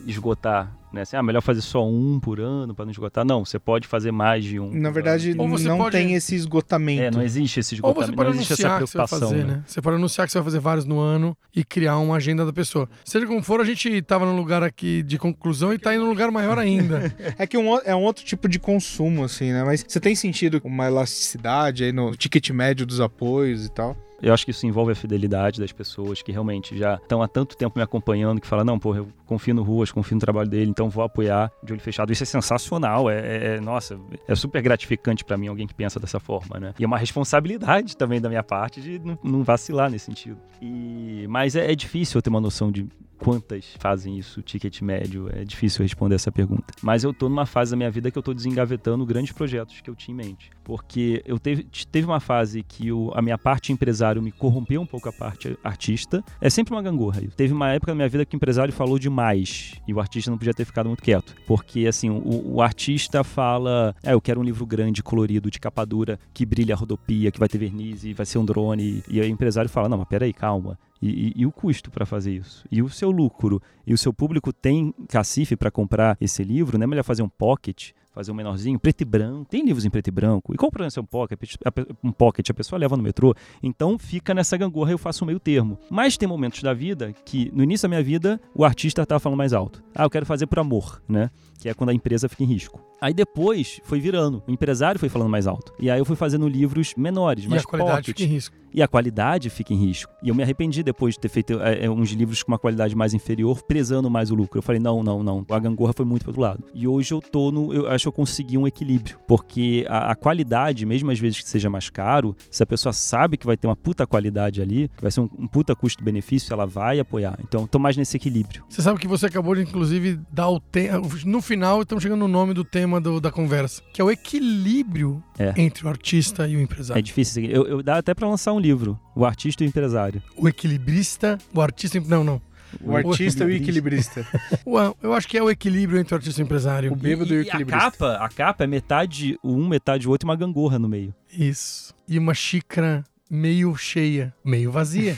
D: esgotar, né? Assim, ah, melhor fazer só um por ano para não esgotar. Não, você pode fazer mais de um.
C: Na
D: por
C: verdade,
D: ano.
B: Ou você
C: não
B: pode-
C: tem esse esgotamento.
D: É, não existe esse
B: Ou
D: esgotamento,
B: você pode
D: não existe essa
B: anunciar que você vai
D: preocupação.
B: fazer,
D: né?
B: né? Você pode anunciar que você vai fazer vários no ano e criar uma agenda da pessoa. Seja como for, a gente tava num lugar aqui de conclusão e tá indo num lugar maior ainda.
C: É que um, o- é um outro tipo de consumo, assim, né? Mas você tem sentido uma elasticidade aí no ticket médio dos apoios e tal?
D: Eu acho que isso envolve a fidelidade das pessoas que realmente já estão há tanto tempo me acompanhando que fala não, porra, eu confio no Ruas, confio no trabalho dele, então vou apoiar de olho fechado. Isso é sensacional, é, é- é- nossa, é super gratificante pra mim alguém que pensa dessa forma, né? E é uma responsabilidade também da minha parte de não, não vacilar nesse sentido. E mas é, é difícil eu ter uma noção de quantas fazem isso, ticket médio, é difícil responder essa pergunta. Mas eu tô numa fase da minha vida que eu tô desengavetando grandes projetos que eu tinha em mente. Porque eu teve, t- teve uma fase que o- a minha parte empresário me corrompeu um pouco a parte artista. É sempre uma gangorra. Teve uma época na minha vida que o empresário falou demais e o artista não podia ter ficado muito quieto. Porque, assim, o, o artista fala, é, eu quero um livro grande, colorido, de capa dura, que brilha a rodopia, que vai ter verniz e vai ser um drone. E aí o empresário fala, não, mas peraí, calma. E, e- e o custo para fazer isso? E o seu lucro? E o seu público tem cacife para comprar esse livro? Não é melhor fazer um pocket? Fazer um menorzinho, preto e branco. Tem livros em preto e branco. E qual o problema de ser um pocket? A pe- Um pocket, a pessoa leva no metrô. Então fica nessa gangorra, eu faço um meio termo. Mas tem momentos da vida que, no início da minha vida, o artista tá falando mais alto. Ah, eu quero fazer por amor, né? Que é quando a empresa fica em risco. Aí depois foi virando. O empresário foi falando mais alto. E aí eu fui fazendo livros menores,
B: e
D: mais
B: a qualidade
D: pocket.
B: fica em risco.
D: E a qualidade fica em risco. E eu me arrependi depois de ter feito é, é, uns livros com uma qualidade mais inferior, prezando mais o lucro. Eu falei, não, não, não. A gangorra foi muito pro outro lado. E hoje eu tô no. Eu acho que eu consegui um equilíbrio. Porque a, a qualidade, mesmo às vezes que seja mais caro, se a pessoa sabe que vai ter uma puta qualidade ali, que vai ser um, um puta custo-benefício, ela vai apoiar. Então eu tô mais nesse equilíbrio.
B: Você sabe que você acabou de, inclusive, dar o tema. No final, estamos chegando no nome do tema do- da conversa, que é o equilíbrio
D: É.
B: entre o artista e o
D: É
B: empresário.
D: difícil. seguir. Eu, eu dá até pra lançar um livro, O Artista e o Empresário.
B: O equilibrista, o artista. e- Não, não.
C: O artista e o equilibrista.
B: O- eu acho que é o equilíbrio entre o artista e o empresário.
C: (laughs) O bêbado e, o equilibrista.
D: A capa, a capa é metade um, metade outro e uma gangorra no meio.
B: Isso. E uma xícara meio cheia, meio vazia.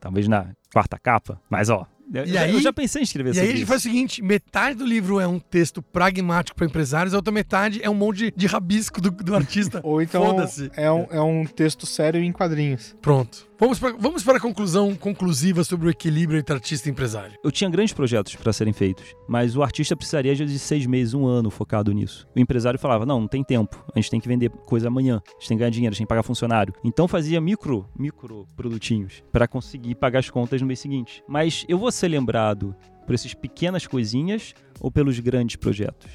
D: Talvez na quarta capa, mas ó. eu-
B: E
D: eu,
B: aí-
D: já pensei em escrever
B: E
D: sobre
B: aí a gente
D: isso.
B: faz o seguinte: metade do livro é um texto pragmático para empresários, a outra metade é um monte de, de rabisco do, do artista.
C: (laughs) Ou então
B: Foda-se.
C: é um, é um texto sério em quadrinhos.
B: Pronto. Vamos para, vamos para a conclusão conclusiva sobre o equilíbrio entre artista e empresário.
D: Eu tinha grandes projetos para serem feitos, mas o artista precisaria às vezes, de seis meses, um ano focado nisso. O empresário falava: não, não tem tempo, a gente tem que vender coisa amanhã, a gente tem que ganhar dinheiro, a gente tem que pagar funcionário. Então fazia micro, micro produtinhos para conseguir pagar as contas no mês seguinte. Mas eu vou ser lembrado por essas pequenas coisinhas ou pelos grandes projetos?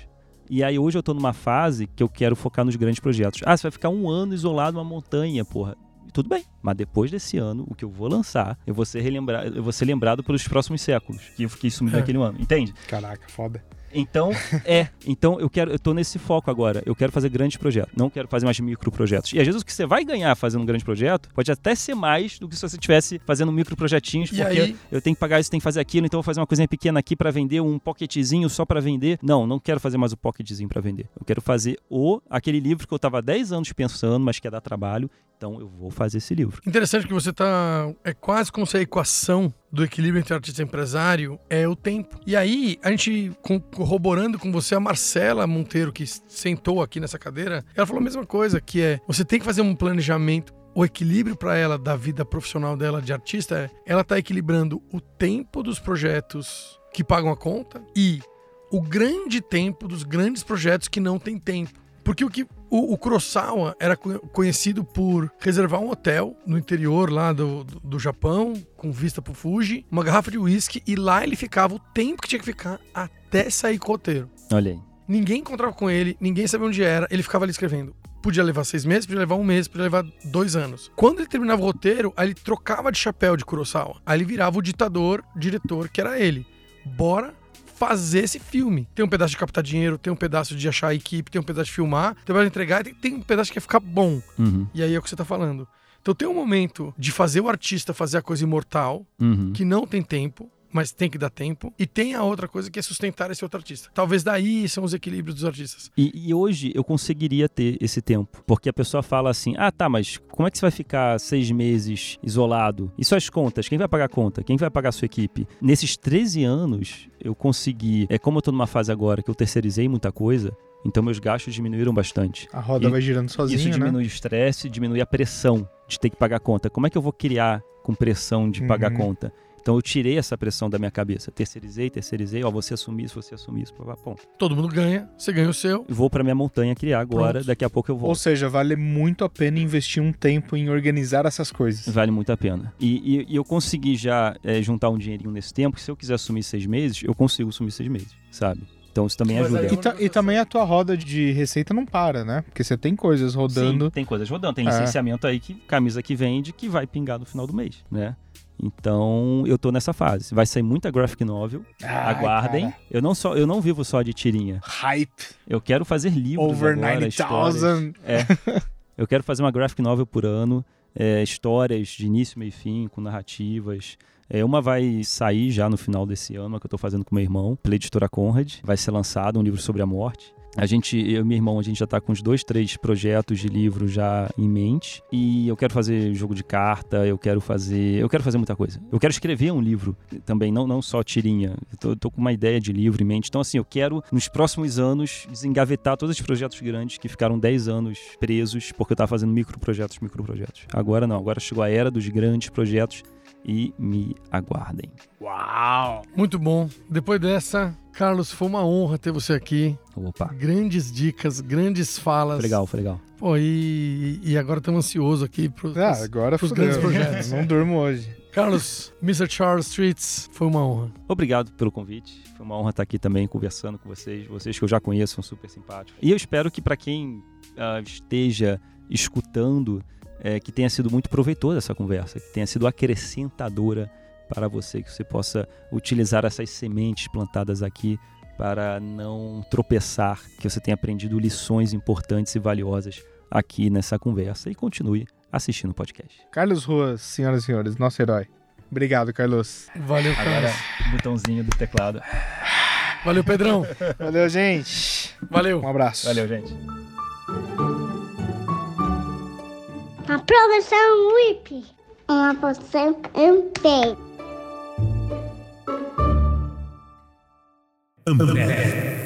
D: E aí hoje eu tô numa fase que eu quero focar nos grandes projetos. Ah, você vai ficar um ano isolado numa montanha, porra. Tudo bem, mas depois desse ano, o que eu vou lançar, eu vou ser, relembra... eu vou ser lembrado pelos próximos séculos, que eu fiquei sumido
B: É.
D: naquele ano, entende?
C: Caraca, foda.
B: (laughs)
D: Então, é. Então, eu quero, eu tô nesse foco agora. Eu quero fazer grandes projetos. Não quero fazer mais microprojetos. E às vezes o que você vai ganhar fazendo um grande projeto pode até ser mais do que se você estivesse fazendo microprojetinhos,
B: E
D: porque
B: aí-
D: eu tenho que pagar isso, tenho que fazer aquilo, então eu vou fazer uma coisinha pequena aqui pra vender, um pocketzinho só pra vender. Não, não quero fazer mais o pocketzinho pra vender. Eu quero fazer o aquele livro que eu tava há 10 anos pensando, mas que ia dar trabalho. Então, eu vou fazer esse livro.
B: Interessante que você tá. É quase como se a equação do equilíbrio entre artista e empresário é o tempo. E aí, a gente, com- corroborando com você, a Marcela Monteiro, que sentou aqui nessa cadeira, ela falou a mesma coisa, que é você tem que fazer um planejamento. O equilíbrio para ela da vida profissional dela de artista é ela tá equilibrando o tempo dos projetos que pagam a conta e o grande tempo dos grandes projetos que não tem tempo. Porque o que o, o Kurosawa era co- conhecido por reservar um hotel no interior lá do, do, do Japão, com vista pro Fuji, uma garrafa de uísque, e lá ele ficava o tempo que tinha que ficar até sair com o roteiro.
D: Olha aí.
B: Ninguém encontrava com ele, ninguém sabia onde era, ele ficava ali escrevendo. Podia levar seis meses, podia levar um mês, podia levar dois anos. Quando ele terminava o roteiro, aí ele trocava de chapéu de Kurosawa. Aí ele virava o ditador, diretor, que era ele. Bora fazer esse filme. Tem um pedaço de captar dinheiro, tem um pedaço de achar a equipe, tem um pedaço de filmar, tem um pedaço de entregar, tem, tem um pedaço que é ficar bom.
D: Uhum,
B: E aí é o que você tá falando. Então tem um momento de fazer o artista fazer a coisa imortal,
D: uhum.
B: que não tem tempo, mas tem que dar tempo. E tem a outra coisa que é sustentar esse outro artista. Talvez daí são os equilíbrios dos artistas.
D: E, e hoje eu conseguiria ter esse tempo. Porque a pessoa fala assim: ah, tá, mas como é que você vai ficar seis meses isolado? E suas contas? Quem vai pagar a conta? Quem vai pagar a sua equipe? Nesses 13 anos, eu consegui. É como eu tô numa fase agora que eu terceirizei muita coisa, então meus gastos diminuíram bastante.
C: A roda
D: E-
C: vai girando sozinha,
D: Isso
C: né?
D: diminui o estresse, diminui a pressão de ter que pagar a conta. Como é que eu vou criar com pressão de pagar a
C: Uhum.
D: conta? Então eu tirei essa pressão da minha cabeça. Terceirizei, terceirizei, ó, você assumir isso, você assumir isso, papá, pum.
B: Todo mundo ganha, você ganha o seu.
D: Eu Vou pra minha montanha criar agora,
B: Pronto.
D: daqui a pouco eu volto.
C: Ou seja, vale muito a pena investir um tempo em organizar essas coisas.
D: Vale muito a pena. E, e- e eu consegui já é, juntar um dinheirinho nesse tempo, que se eu quiser assumir seis meses, eu consigo assumir seis meses, sabe? Então isso também
B: Mas
D: ajuda.
B: aí
C: E, ta- e também a tua roda de receita não para, né? Porque você tem coisas rodando.
D: Sim, tem coisas rodando, tem
C: É.
D: licenciamento aí que camisa que vende que vai pingar no final do mês, né? Então eu tô nessa fase. Vai sair muita graphic novel.
C: Ai,
D: Aguardem.
C: cara.
D: Eu não só eu não vivo só de tirinha.
C: Hype.
D: Eu quero fazer livros
C: Over
D: agora, histórias.
C: 9000.
D: Eu quero fazer uma graphic novel por ano, é, histórias de início, meio e fim, com narrativas. É, uma vai sair já no final desse ano, a que eu tô fazendo com meu irmão, pela editora Conrad. Vai ser lançado um livro sobre a morte. A gente, eu e meu irmão, a gente já tá com uns dois, três projetos de livro já em mente. E eu quero fazer jogo de carta, eu quero fazer. Eu quero fazer muita coisa. Eu quero escrever um livro também, não, não só tirinha. Eu tô, tô com uma ideia de livro em mente. Então, assim, eu quero, nos próximos anos, desengavetar todos os projetos grandes que ficaram 10 anos presos, porque eu tava fazendo microprojetos, microprojetos. Agora não, agora chegou a era dos grandes projetos e me aguardem.
A: Uau!
B: Muito bom. Depois dessa, Carlos, foi uma honra ter você aqui.
D: Opa,
B: Grandes dicas, grandes falas.
D: foi legal, foi legal.
B: Pô, e, e agora estamos ansioso aqui para
C: Ah, agora
B: Pros
C: fudeu. (laughs)
B: grandes projetos.
C: Não durmo hoje.
B: Carlos, Mr. Charles Streets, foi uma honra.
D: Obrigado pelo convite. Foi uma honra estar aqui também conversando com vocês. Vocês que eu já conheço são super simpáticos. E eu espero que para quem ah, esteja escutando, eh, que tenha sido muito proveitosa essa conversa, que tenha sido acrescentadora para você, que você possa utilizar essas sementes plantadas aqui para não tropeçar, que você tenha aprendido lições importantes e valiosas aqui nessa conversa e continue assistindo o podcast.
C: Carlos Ruas, senhoras e senhores, nosso herói. Obrigado, Carlos.
B: Valeu, Carlos.
A: botãozinho do teclado.
B: Valeu, Pedrão.
C: Valeu, gente.
B: Valeu.
C: Um abraço.
A: Valeu, gente.
E: Aprovação WIP. Uma porção amplei.
F: Ambev.